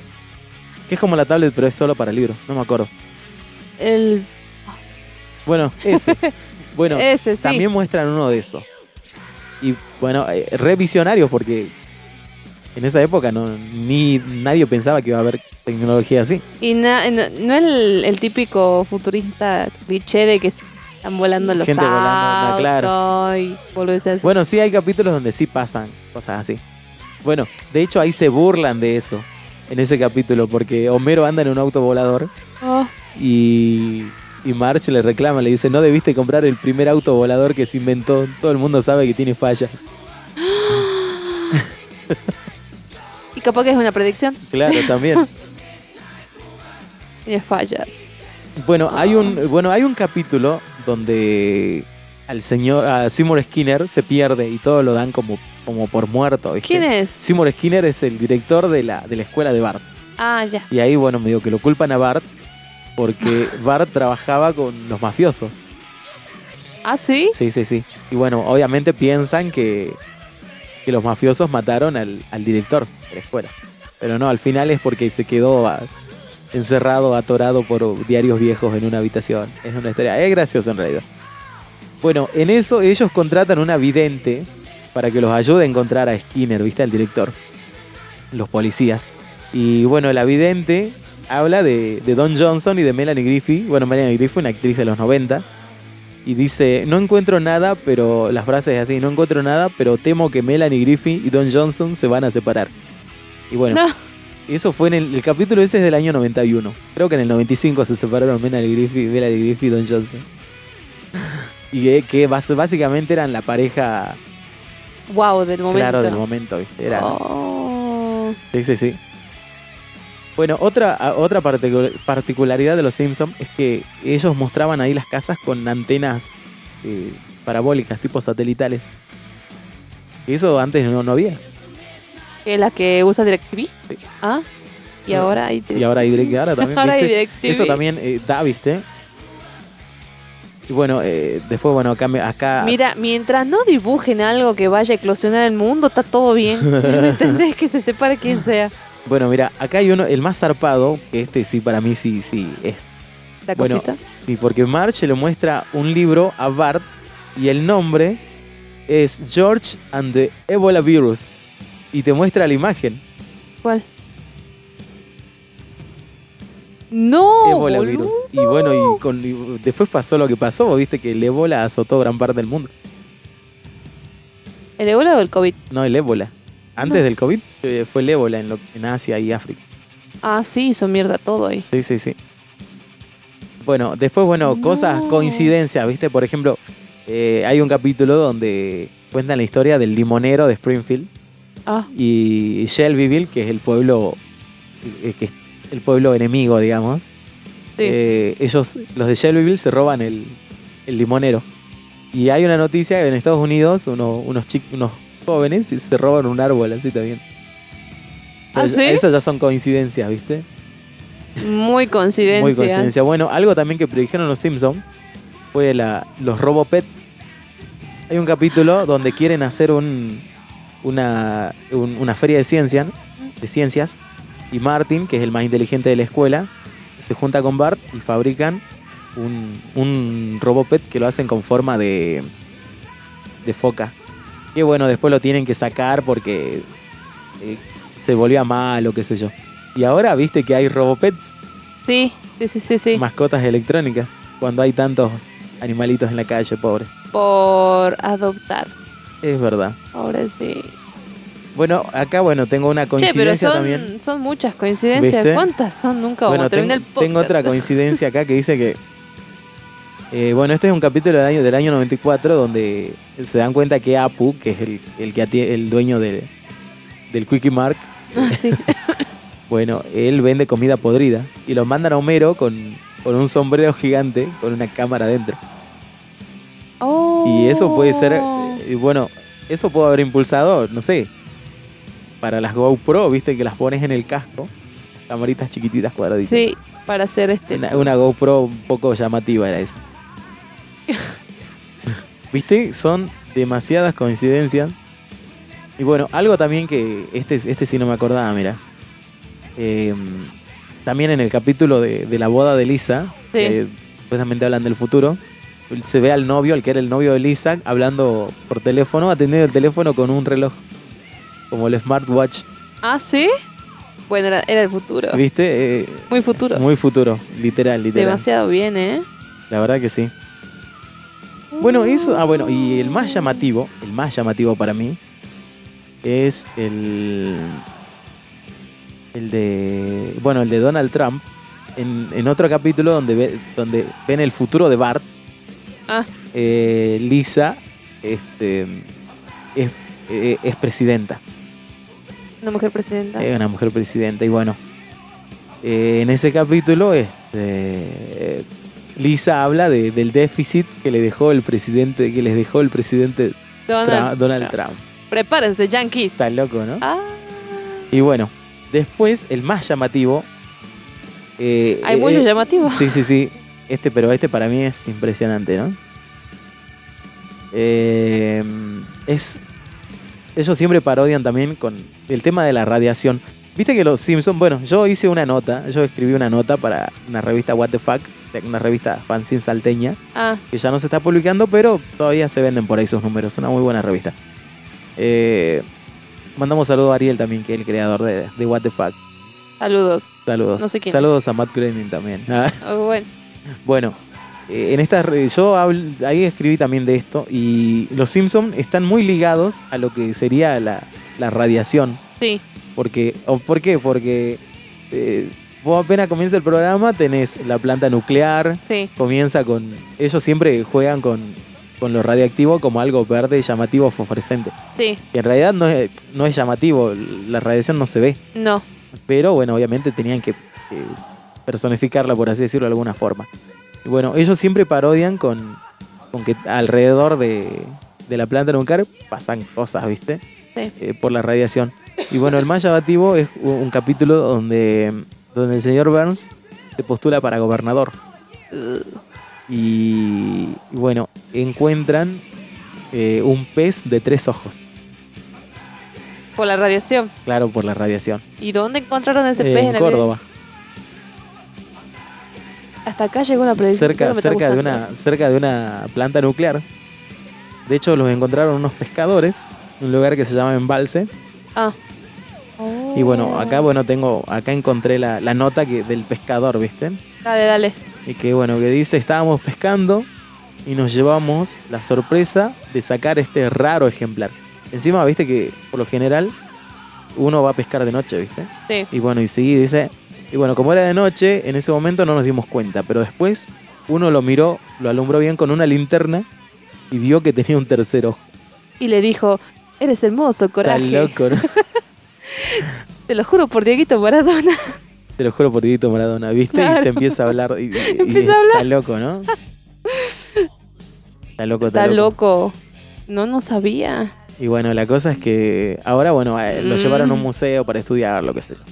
S3: Que es como la tablet, pero es solo para libros. No me acuerdo.
S4: El...
S3: Bueno, ese. bueno,
S4: ese, Eh, sí.
S3: también muestran uno de esos. Y bueno, eh, re visionarios porque en esa época no, ni nadie pensaba que iba a haber tecnología así.
S4: Y na- no, no el, el típico futurista cliché de que están volando los
S3: Gente volando,
S4: autos
S3: no, claro.
S4: y boludeces así.
S3: Bueno, sí hay capítulos donde sí pasan cosas así. Bueno, de hecho ahí se burlan de eso. En ese capítulo, porque Homero anda en un auto volador.
S4: Oh,
S3: Y, y Marge le reclama, le dice, no debiste comprar el primer auto volador que se inventó. Todo el mundo sabe que tiene fallas.
S4: y capaz que es una predicción,
S3: Claro, también.
S4: tiene fallas.
S3: Bueno, hay un, bueno, hay un capítulo donde al señor, a Seymour Skinner se pierde y todo lo dan como, como por muerto. ¿viste?
S4: ¿Quién es?
S3: Seymour Skinner es el director de la, de la escuela de Bart.
S4: Ah, ya.
S3: Y ahí, bueno, medio que lo culpan a Bart porque Bart trabajaba con los mafiosos.
S4: Ah, sí.
S3: Sí, sí, sí. Y bueno, obviamente piensan que, que los mafiosos mataron al, al director de la escuela. Pero no, al final es porque se quedó a- encerrado, atorado por diarios viejos en una habitación. Es una historia. Es gracioso en realidad. Bueno, en eso ellos contratan una vidente para que los ayude a encontrar a Skinner, ¿viste? Al director. Los policías. Y bueno, la vidente habla de, de Don Johnson y de Melanie Griffith. Bueno, Melanie Griffith, una actriz de los 90. Y dice, no encuentro nada, pero la frase es así, no encuentro nada, pero temo que Melanie Griffith y Don Johnson se van a separar. Y bueno,
S4: No.
S3: eso fue en el, el capítulo ese es del año 91. Creo que en el 95 se separaron Melanie Griffith, Melanie Griffith y Don Johnson. Y que, que bas- básicamente eran la pareja
S4: wow del momento.
S3: Claro, del momento, ¿viste? Era,
S4: Oh.
S3: Sí, sí, sí. Bueno, otra, a- otra particu- particularidad de los Simpsons es que ellos mostraban ahí las casas con antenas eh, parabólicas, tipo satelitales. Y eso antes no, no había.
S4: ¿Es la que usa DirecTV?
S3: Sí.
S4: Ah, y
S3: No.
S4: ahora hay
S3: Y ahora hay direct- ahora también.
S4: Ahora hay
S3: ¿viste?
S4: DirecTV.
S3: Eso también eh, da, ¿viste? Y bueno, eh, después, bueno, acá, me- acá
S4: Mira, mientras no dibujen algo que vaya a eclosionar el mundo, está todo bien. ¿Me entendés? Que se separe quien sea.
S3: Bueno, mira, acá hay uno, el más zarpado, que este sí, para mí sí, sí, es.
S4: La
S3: Bueno,
S4: cosita.
S3: Sí, porque Marge le muestra un libro a Bart y el nombre es George and the Ebola Virus. Y te muestra la imagen.
S4: ¿Cuál? No,
S3: Ebola
S4: Oh, boludo.
S3: Virus. Y bueno, y, con- y después pasó lo que pasó, viste que el Ebola azotó gran parte del mundo.
S4: ¿El ébola o el COVID?
S3: No, el Ébola. Antes
S4: No.
S3: del COVID eh, fue el Ébola en, lo- en Asia y África.
S4: Ah, sí, hizo mierda todo ahí.
S3: Sí, sí, sí. Bueno, después, bueno,
S4: No.
S3: cosas, coincidencias, ¿viste? Por ejemplo, eh, hay un capítulo donde cuentan la historia del limonero de Springfield
S4: Ah,
S3: y Shelbyville, que es el pueblo, eh, que es el pueblo enemigo, digamos.
S4: sí.
S3: Eh, ellos, los de Shelbyville, se roban el, el limonero. Y hay una noticia que en Estados Unidos uno- unos, chicos, unos jóvenes se roban un árbol, así también.
S4: ¿Ah,
S3: Eso-
S4: sí?
S3: Eso ya son coincidencias, ¿viste?
S4: Muy coincidencia.
S3: Muy coincidencia. Bueno, algo también que predijeron los Simpsons fue la, los Robopets. Hay un capítulo donde quieren hacer un, una, un- una feria de, ciencia, de ciencias y Martin, que es el más inteligente de la escuela, se junta con Bart y fabrican un, un Robopet que lo hacen con forma de, de foca. Que bueno, después lo tienen que sacar porque eh, se volvía malo, qué sé yo. Y ahora viste que hay Robopets
S4: Sí, sí, sí, sí. sí.
S3: mascotas electrónicas cuando hay tantos animalitos en la calle, pobre.
S4: Por adoptar.
S3: Es verdad.
S4: Ahora sí.
S3: Bueno, acá bueno, tengo una
S4: Che, pero
S3: coincidencia
S4: son,
S3: también.
S4: son muchas coincidencias.
S3: ¿Viste?
S4: ¿Cuántas son? Nunca vamos
S3: Bueno,
S4: a terminar
S3: tengo,
S4: el
S3: tengo
S4: podcast.
S3: otra coincidencia acá que dice que eh, bueno, este es un capítulo del año, del año 94 donde se dan cuenta que Apu, que es el, el que atie- el dueño de- del Quickie Mark,
S4: Ah, sí.
S3: bueno, él vende comida podrida y lo mandan a Homero con, con un sombrero gigante con una cámara adentro.
S4: Ah,
S3: Y eso puede ser,
S4: Oh.
S3: eh, bueno, eso puede haber impulsado, no sé, para las GoPro, viste que las pones en el casco, camaritas chiquititas cuadraditas.
S4: Sí, para hacer este.
S3: Una, una GoPro un poco llamativa era esa. viste, son demasiadas coincidencias. Y bueno, algo también que este, este sí no me acordaba, mira. Eh, también en el capítulo de, de la boda de Lisa,
S4: Sí.
S3: que supuestamente hablan del futuro, se ve al novio, al que era el novio de Lisa, hablando por teléfono, atendiendo el teléfono con un reloj, como el smartwatch.
S4: Ah, sí. Bueno, era, era el futuro.
S3: ¿Viste? Eh,
S4: Muy futuro.
S3: muy futuro, literal, literal.
S4: Demasiado bien, ¿eh?
S3: La verdad que sí. Bueno, eso. Ah, bueno, y el más llamativo, el más llamativo para mí, es el. El de. Bueno, el de Donald Trump. En, en otro capítulo donde, ve- donde ven el futuro de Bart.
S4: Ah.
S3: eh, Lisa este, es, eh, es presidenta.
S4: Una mujer presidenta.
S3: Es una mujer presidenta. Y bueno, eh, en ese capítulo, este, eh, Lisa habla de- del déficit que le dejó el presidente, que les dejó el presidente Tra-
S4: Donald,
S3: Donald
S4: Trump.
S3: Trump.
S4: Prepárense, Yankees.
S3: Está loco, ¿no?
S4: Ah,
S3: Y bueno, después, el más llamativo. eh,
S4: hay
S3: eh,
S4: muchos
S3: eh,
S4: llamativos.
S3: Sí, sí, sí. Este, pero este para mí es impresionante, ¿no? Eh, es. Ellos siempre parodian también con el tema de la radiación. Viste que los Simpsons, bueno, yo hice una nota, yo escribí una nota para una revista What the Fuck, una revista fanzine salteña,
S4: Ah,
S3: que ya no se está publicando, pero todavía se venden por ahí sus números. Una muy buena revista. Eh, mandamos saludo a Ariel también, que es el creador de, de What the Fuck.
S4: saludos.
S3: Saludos.
S4: No sé quién.
S3: Saludos a Matt Groening también. Ah,
S4: Oh, bueno.
S3: Bueno, eh, en esta re- yo habl- ahí escribí también de esto y los Simpsons están muy ligados a lo que sería la, la radiación.
S4: Sí,
S3: Porque, o ¿Por qué? Porque eh, vos apenas comienza el programa tenés la planta nuclear,
S4: sí.
S3: comienza con... Ellos siempre juegan con con lo radiactivo como algo verde llamativo fosforescente.
S4: Sí,
S3: Y en realidad no es, no es llamativo, la radiación no se ve.
S4: no.
S3: Pero bueno, obviamente tenían que eh, personificarla, por así decirlo, de alguna forma. Y bueno, ellos siempre parodian con, con que alrededor de, de la planta nuclear pasan cosas, ¿viste?
S4: Sí.
S3: Eh, por la radiación. Y bueno, el más llamativo es u- un capítulo donde, donde el señor Burns se postula para gobernador.
S4: Uh,
S3: Y, y bueno, encuentran eh, un pez de tres ojos,
S4: por la radiación.
S3: claro, por la radiación.
S4: ¿Y dónde encontraron ese
S3: Eh,
S4: pez en,
S3: en
S4: la
S3: Córdoba.
S4: vida? Hasta acá llegó la predicción.
S3: cerca,
S4: no me está
S3: cerca, de
S4: gustando.
S3: una, cerca de una planta nuclear. De hecho, los encontraron unos pescadores en un lugar que se llama Embalse.
S4: Ah.
S3: Y
S4: Oh.
S3: bueno, acá bueno tengo, acá encontré la, la nota que, del pescador, ¿viste?
S4: Dale, dale.
S3: Y que bueno, que dice, estábamos pescando y nos llevamos la sorpresa de sacar este raro ejemplar. Encima, viste que por lo general uno va a pescar de noche, ¿viste?
S4: Sí.
S3: Y bueno, y seguí, dice. Y bueno, como era de noche, en ese momento no nos dimos cuenta, pero después uno lo miró, lo alumbró bien con una linterna y vio que tenía un tercer ojo.
S4: Y le dijo, eres hermoso,
S3: Está
S4: coraje.
S3: loco, ¿no?
S4: Te lo juro por Dieguito Maradona.
S3: Te lo juro por Dieguito Maradona, ¿viste? Y
S4: Claro.
S3: se empieza a hablar. Y, y- y
S4: Empieza a hablar.
S3: Está loco, ¿no? Está loco, está,
S4: Está
S3: loco.
S4: loco. No, no sabía.
S3: Y bueno, la cosa es que ahora, bueno, eh, lo
S4: Mm.
S3: llevaron a un museo para estudiar, lo que sé yo.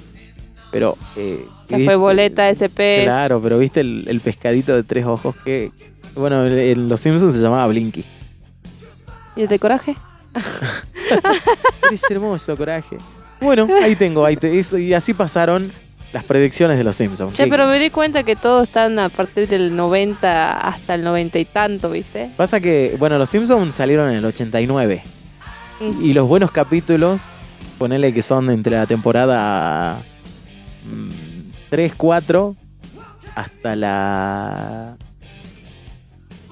S3: Pero. Eh,
S4: Ya
S3: ¿viste?
S4: fue boleta ese pez.
S3: Claro, pero viste el, el pescadito de tres ojos que. Bueno, en- en Los Simpsons se llamaba Blinky.
S4: ¿Y el de coraje?
S3: Eres hermoso, coraje. Bueno, ahí tengo, ahí te, eso- y así pasaron las predicciones de Los Simpsons.
S4: Che,
S3: ¿Qué-
S4: pero me di cuenta que todos están a partir del 90 hasta el 90 y tanto, ¿viste?
S3: Pasa que, bueno, Los Simpsons salieron en el 89.
S4: Mm.
S3: Y los buenos capítulos, ponele que son entre la temporada mm, 3, 4 hasta la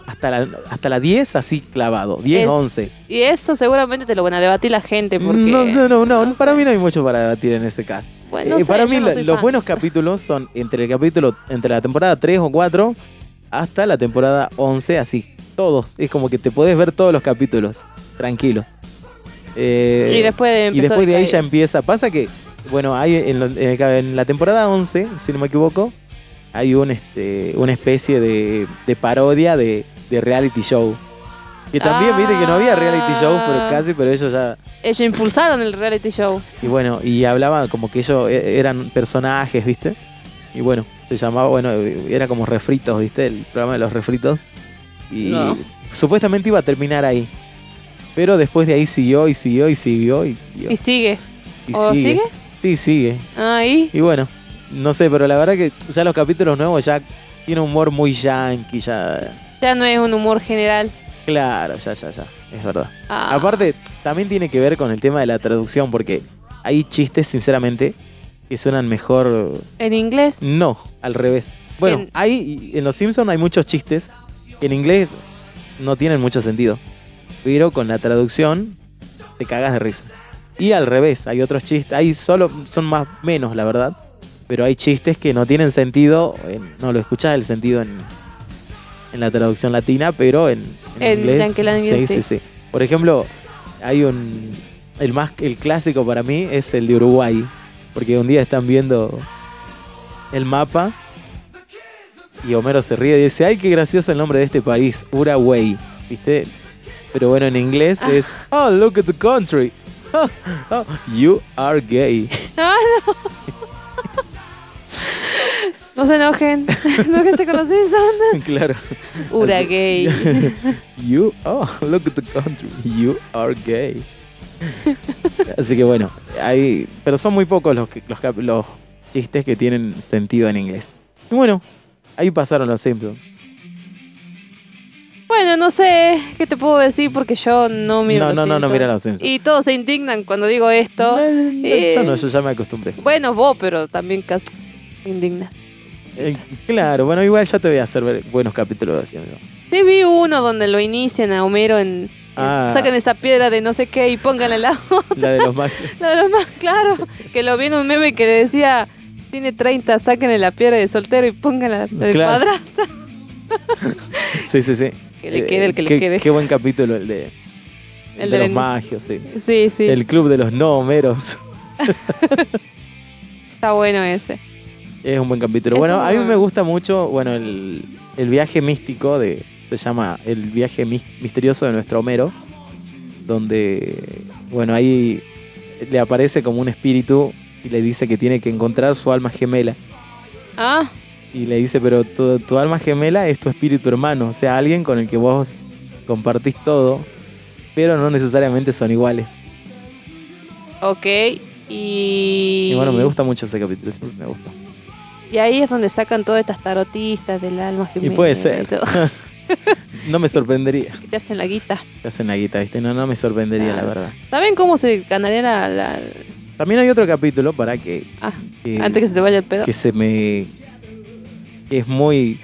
S3: hasta la hasta la 10 así clavado, 10,
S4: Es-
S3: 11.
S4: Y eso seguramente te lo van a debatir la gente porque...
S3: No, no, no, no,
S4: no
S3: para
S4: sé.
S3: mí no hay mucho para debatir en ese caso.
S4: Bueno, no
S3: Eh,
S4: sé,
S3: para
S4: yo
S3: mí
S4: no
S3: la-
S4: soy
S3: los
S4: fan.
S3: buenos capítulos son entre el capítulo entre la temporada 3 o 4 hasta la temporada 11, así todos, es como que te podés ver todos los capítulos, tranquilo. Eh,
S4: Y después de
S3: y
S4: empezó
S3: después de ahí
S4: decaer.
S3: ya empieza. Pasa que, bueno, hay en, lo- en el- en la temporada 11, si no me equivoco, hay un, este, una especie de, de parodia de, de reality show. Que también,
S4: Ah.
S3: viste, que no había reality shows, pero casi, pero ellos ya.
S4: Ellos impulsaron el reality show.
S3: Y bueno, y hablaban como que ellos e- eran personajes, viste. Y bueno, se llamaba, bueno, e, era como refritos, viste, el programa de los refritos. Y
S4: No.
S3: supuestamente iba a terminar ahí. Pero después de ahí siguió y siguió y siguió y siguió.
S4: Y sigue.
S3: y
S4: ¿O sigue?
S3: Sí, sigue.
S4: Ahí.
S3: Y bueno, no sé, pero la verdad que ya los capítulos nuevos ya tiene un humor muy yankee, ya.
S4: Ya no es un humor general.
S3: Claro, ya, ya, ya. Es verdad.
S4: Ah,
S3: Aparte, también tiene que ver con el tema de la traducción, porque hay chistes, sinceramente, que suenan mejor.
S4: en inglés.
S3: No, al revés. Bueno,
S4: En-
S3: hay. En Los Simpsons hay muchos chistes que en inglés no tienen mucho sentido. Pero con la traducción te cagas de risa. Y al revés, hay otros chistes. Hay solo. son más menos, la verdad. Pero hay chistes que no tienen sentido. en- no lo escuchás el sentido en, en la traducción latina, pero en, en
S4: En
S3: inglés.
S4: Yankee Language,
S3: sí, sí, sí. Por ejemplo, hay un. El más el clásico para mí es el de Uruguay. Porque un día están viendo el mapa. Y Homero se ríe y dice, ay, qué gracioso el nombre de este país, Uruguay. ¿Viste? Pero bueno, en inglés es,
S4: Ah.
S3: oh, look at the country. Oh, oh, you are gay.
S4: Ah, no. no se enojen. no que te conocí son.
S3: claro.
S4: Ura gay.
S3: You, oh, look at the country. You are gay. Así que bueno, hay, pero son muy pocos los, que- los, cap- los chistes que tienen sentido en inglés. Y bueno, ahí pasaron los Simpsons.
S4: Bueno, no sé qué te puedo decir porque yo no miro.
S3: No, no, no,
S4: los
S3: no,
S4: Simpsons.
S3: mira los Simpsons.
S4: Y todos se indignan cuando digo esto.
S3: Eh, no,
S4: Eh.
S3: Yo no, yo ya me acostumbré.
S4: Bueno, vos, pero también casi indigna.
S3: Eh, claro, bueno, igual ya te voy a hacer ver buenos capítulos así, amigo.
S4: Sí, vi uno donde lo inician a Homero en.
S3: Ah.
S4: en- Sacan esa piedra de no sé qué y pónganla al lado.
S3: La de los magios.
S4: Nada más, claro. Que lo vi en un meme que decía: Tiene 30, sáquenle la piedra de soltero y pónganla de
S3: Claro.
S4: padrastra.
S3: Sí, sí, sí.
S4: Que le quede el que le
S3: qué-
S4: quede.
S3: Qué buen capítulo el de, el de
S4: del-
S3: los magios, sí.
S4: Sí, sí.
S3: El club de los no homeros.
S4: Está bueno ese.
S3: Es un buen capítulo.
S4: Es
S3: bueno,
S4: un
S3: a mí
S4: buen-
S3: me gusta mucho, bueno, el, el viaje místico de. Se llama El viaje mis- misterioso de nuestro Homero. Donde, bueno, ahí le aparece como un espíritu y le dice que tiene que encontrar su alma gemela.
S4: Ah,
S3: Y le dice, pero tu, tu alma gemela es tu espíritu hermano, o sea, alguien con el que vos compartís todo, pero no necesariamente son iguales.
S4: ok. Y...
S3: Y bueno, me gusta mucho ese capítulo, siempre me gusta.
S4: Y ahí es donde sacan todas estas tarotistas del alma gemela.
S3: puede ser.
S4: y todo.
S3: No me sorprendería.
S4: Que te hacen la guita.
S3: Te hacen la guita, ¿viste? No, no me sorprendería, la
S4: Claro.
S3: verdad.
S4: ¿Saben cómo se ganaría la... la-
S3: También hay otro capítulo para que,
S4: Ah,
S3: que,
S4: antes que se te vaya el pedo.
S3: que se me... que es muy...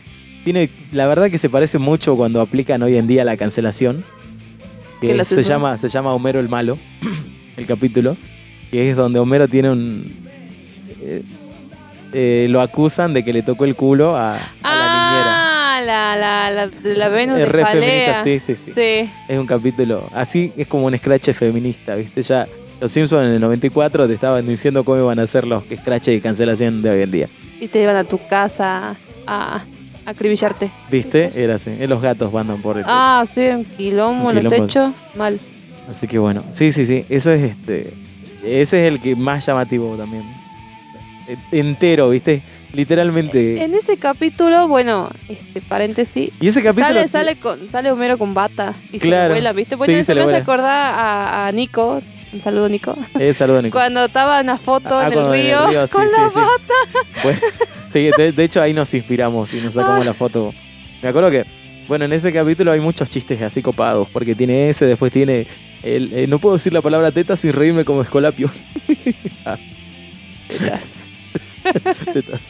S3: Tiene, la verdad que se parece mucho cuando aplican hoy en día la cancelación.
S4: Que
S3: Que
S4: la
S3: se
S4: censura.
S3: llama, se llama Homero el Malo, el capítulo. Que es donde Homero tiene un... eh, eh, lo acusan de que le tocó el culo a, a
S4: ah, la, la, la, de la
S3: la
S4: Venus
S3: niñera.
S4: de
S3: Es re
S4: Jalea.
S3: feminista, sí, sí, sí.
S4: Sí.
S3: Es un capítulo. Así es como un scratch feminista, ¿viste? Ya los Simpsons en el 94 te estaban diciendo cómo iban a ser los scratches de cancelación de hoy en día.
S4: Y te llevan a tu casa a, a acribillarte.
S3: ¿Viste? Era así. Eh, Los gatos andan por el.
S4: Ah, sí, un quilombo
S3: Un
S4: en los
S3: quilombo.
S4: techos. Mal.
S3: techo. Así que bueno. Sí, sí, sí. Eso es este. Ese es el que más llamativo también. Eh, Entero, ¿viste? Literalmente.
S4: En ese capítulo, bueno, este paréntesis,
S3: y ese capítulo.
S4: sale, sale, con, sale Homero con bata y se
S3: Claro.
S4: le vuela, ¿viste? Bueno,
S3: Sí, se
S4: eso
S3: le
S4: me hace
S3: vuela.
S4: acordar a, a Nico, un saludo Nico,
S3: eh, Es sardónico.
S4: cuando estaba en la foto
S3: Ah,
S4: en, el
S3: cuando en el
S4: río,
S3: río, sí,
S4: con
S3: sí,
S4: la
S3: sí.
S4: bata.
S3: Bueno, sí, de, de hecho ahí nos inspiramos y nos sacamos
S4: Ah.
S3: la foto. Me acuerdo que, bueno, en ese capítulo hay muchos chistes así copados, porque tiene ese, después tiene... El, eh, no puedo decir la palabra teta sin reírme como escolapio. Tetas.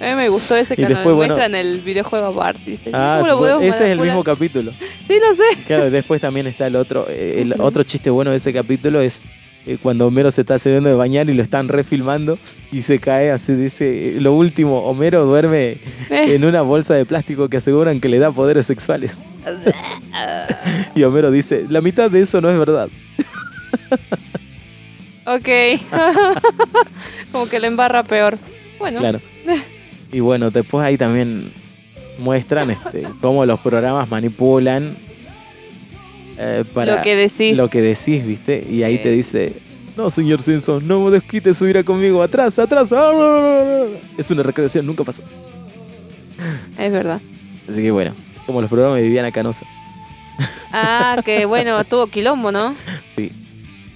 S4: A mí me gustó ese
S3: Y
S4: que nos
S3: después, bueno-
S4: muestran el videojuego Bart, dice.
S3: Ah,
S4: ¿cómo
S3: sí,
S4: lo
S3: bueno,
S4: podemos
S3: ese es el
S4: manipular?
S3: mismo capítulo.
S4: Sí, lo sé.
S3: Claro, después también está el otro. eh, el
S4: Ujú.
S3: otro chiste bueno de ese capítulo es eh, cuando Homero se está saliendo de bañar y lo están refilmando y se cae así, dice, eh, lo último, Homero duerme
S4: Eh,
S3: en una bolsa de plástico que aseguran que le da poderes sexuales. Y Homero dice, la mitad de eso no es verdad.
S4: ok. Como que lo embarra peor. Bueno,
S3: Claro. Y bueno, después ahí también muestran este, cómo los programas manipulan eh, para
S4: lo que decís.
S3: lo que decís, ¿viste? Y ahí
S4: Ok.
S3: te dice, no, señor Simpson, no me desquite su ira conmigo, atrás, atrás. ah, ah, ah". Es una recreación, nunca pasó.
S4: Es verdad.
S3: Así que bueno, como los programas vivían acá, no sé.
S4: Ah, que bueno, tuvo quilombo, ¿no?
S3: Sí.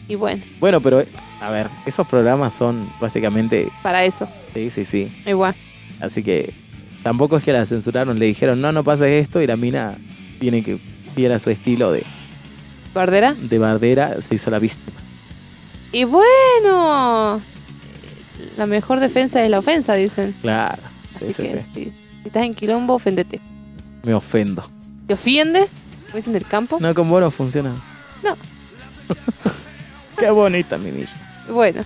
S4: Y bueno,
S3: Bueno, pero, eh, a ver, esos programas son básicamente,
S4: para eso,
S3: sí, sí, sí.
S4: igual.
S3: Así que tampoco es que la censuraron, le dijeron, no, no pases esto, y la mina tiene que fiel a su estilo de,
S4: ¿Bardera?
S3: de bardera, se hizo la víctima.
S4: Y bueno, la mejor defensa es la ofensa, dicen.
S3: Claro, sí,
S4: Así
S3: sí,
S4: que
S3: sí.
S4: si, si estás en quilombo, ofendete.
S3: me ofendo.
S4: ¿Te ofiendes? Como dicen del campo.
S3: No, con vos no funciona.
S4: No.
S3: Qué bonita, mi niña.
S4: Bueno,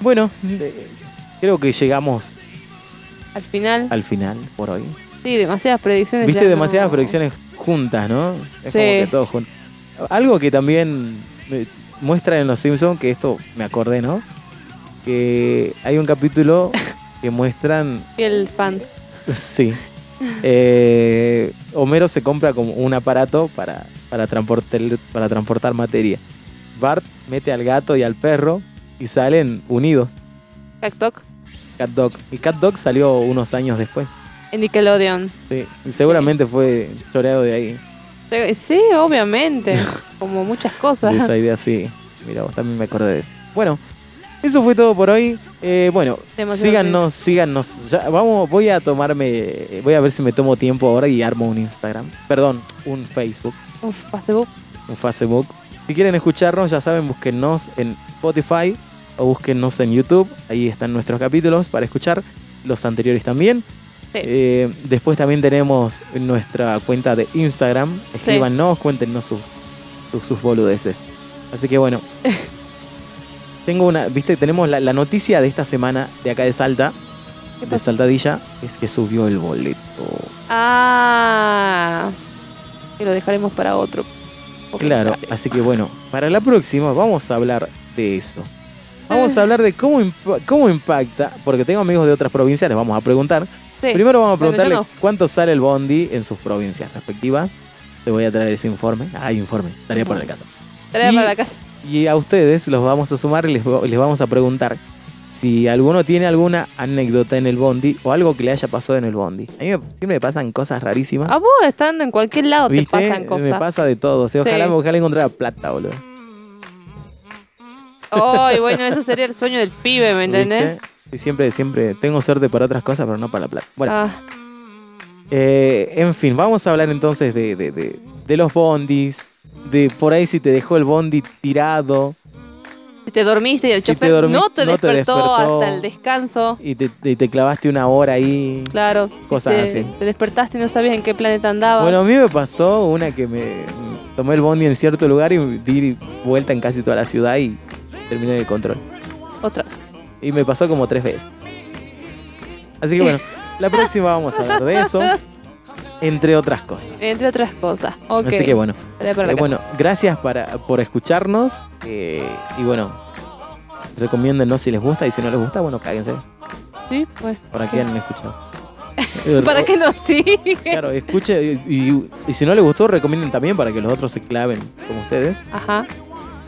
S3: Bueno, eh, creo que llegamos
S4: al final,
S3: al final por hoy.
S4: sí, demasiadas predicciones.
S3: Viste
S4: ya
S3: demasiadas
S4: no-
S3: proyecciones juntas, ¿no? Es como
S4: Sí.
S3: que todo junto. Algo que también eh, muestra en Los Simpsons, que esto me acordé, ¿no? Que hay un capítulo que muestran,
S4: Fiel fans.
S3: sí, eh, Homero se compra como un aparato para, para, transportar, para transportar materia. Bart mete al gato y al perro y salen unidos.
S4: TikTok
S3: Cat Dog. Y Cat Dog salió unos años después.
S4: en Nickelodeon.
S3: Sí, y seguramente fue choreado de ahí,
S4: Sí, obviamente. como muchas
S3: de
S4: cosas.
S3: esa idea, sí. Mira, vos también me acordé de eso. Bueno, eso fue todo por hoy. Eh, bueno,
S4: Demasiado
S3: síganos, síganos. Ya, vamos, voy a tomarme, voy a ver si me tomo tiempo ahora y armo un Instagram. Perdón, un Facebook,
S4: Uf, Facebook.
S3: un Facebook. Si quieren escucharnos, ya saben, búsquennos en Spotify o búsquennos en YouTube. Ahí están nuestros capítulos para escuchar los anteriores también.
S4: Sí.
S3: Eh, después también tenemos nuestra cuenta de Instagram. Escríbanos, cuéntenos sus, sus, sus boludeces. Así que bueno. Tengo una, viste, tenemos la, la noticia de esta semana de acá de Salta,
S4: ¿Qué
S3: de
S4: pasó?
S3: Saltadilla, es que subió el boleto.
S4: Ah. Que lo dejaremos para otro.
S3: Claro,
S4: comentario.
S3: así que bueno, para la próxima vamos a hablar de eso. Vamos
S4: Eh.
S3: a hablar de cómo, impa- cómo impacta, porque tengo amigos de otras provincias, les vamos a preguntar.
S4: Sí.
S3: Primero vamos a
S4: Bueno, yo
S3: preguntarle cuánto sale el bondi en sus provincias respectivas. Te voy a traer ese informe. Ah, hay informe, tarea para la casa.
S4: Tarea
S3: Y-
S4: para la casa.
S3: Y a ustedes los vamos a sumar y les, vo- les vamos a preguntar si alguno tiene alguna anécdota en el bondi o algo que le haya pasado en el bondi. A mí me- siempre me pasan cosas rarísimas.
S4: A vos estando en cualquier lado
S3: ¿Ah? ¿Viste?
S4: te pasan
S3: Me
S4: cosas.
S3: pasa de todo. O sea,
S4: Sí.
S3: ojalá, ojalá encontrara plata, boludo.
S4: Ay, bueno, eso sería el sueño del pibe, ¿me entendés?
S3: ¿Viste? Y siempre, siempre tengo suerte para otras cosas, pero no para la plata. Bueno,
S4: Ah,
S3: eh, en fin, vamos a hablar entonces de, de- de- de los bondis, de por ahí si te dejó el bondi tirado
S4: si te dormiste y el
S3: Si te
S4: chofer
S3: dormí-
S4: no, te,
S3: no te
S4: despertó
S3: despertó.
S4: hasta el descanso.
S3: y te, te- te clavaste una hora ahí.
S4: Claro.
S3: Cosas
S4: te,
S3: así.
S4: Te despertaste y no sabías en qué planeta andabas.
S3: Bueno, a mí me pasó una que me tomé el bondi en cierto lugar y di vuelta en casi toda la ciudad y terminé en el control.
S4: Otra.
S3: Y me pasó como tres veces. Así que bueno, la próxima vamos a hablar de eso, entre otras cosas.
S4: Entre otras cosas. Ok.
S3: Así que bueno.
S4: Tarea para la
S3: Eh,
S4: casa.
S3: bueno, gracias para, por escucharnos. eh, y bueno, recomiéndennos si les gusta y si no les gusta, bueno, cáguense.
S4: Sí, pues.
S3: ¿Para qué han escuchado? Eh,
S4: ¿Para qué no sí?
S3: Claro, escuche y, y- y si no les gustó, recomienden también para que los otros se claven como ustedes.
S4: Ajá.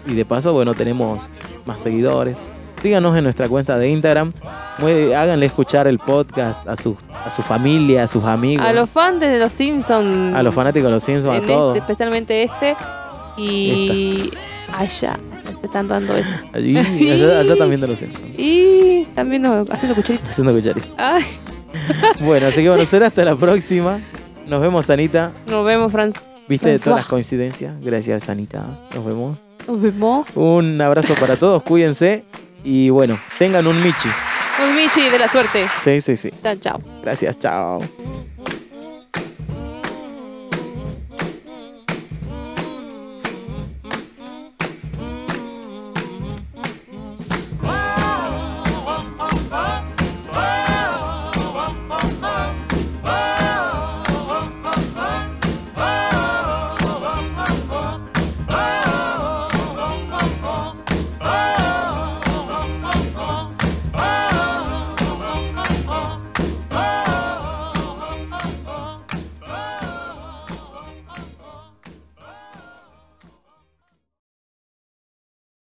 S3: Y de paso, bueno, tenemos más seguidores. Síganos en nuestra cuenta de Instagram. Mue- Háganle escuchar el podcast a su, a su familia, a sus amigos,
S4: A los fans de los Simpsons.
S3: a los fanáticos de los Simpsons,
S4: en
S3: a
S4: este,
S3: todos.
S4: especialmente este. Y. Allá. Me están dando eso.
S3: Allí, allá, allá también de los Simpsons.
S4: Y también no, haciendo cucharitas.
S3: Haciendo cucharita.
S4: Ay,
S3: Bueno, así que bueno, será hasta la próxima. Nos vemos, Anita.
S4: nos vemos, Franz.
S3: Viste todas
S4: François.
S3: las coincidencias. Gracias, Anita. Nos vemos.
S4: Nos vemos.
S3: Un abrazo para todos, cuídense. Y bueno, tengan un Michi.
S4: Un Michi de la suerte.
S3: Sí, sí, sí.
S4: Chao, chao.
S3: Gracias, chao.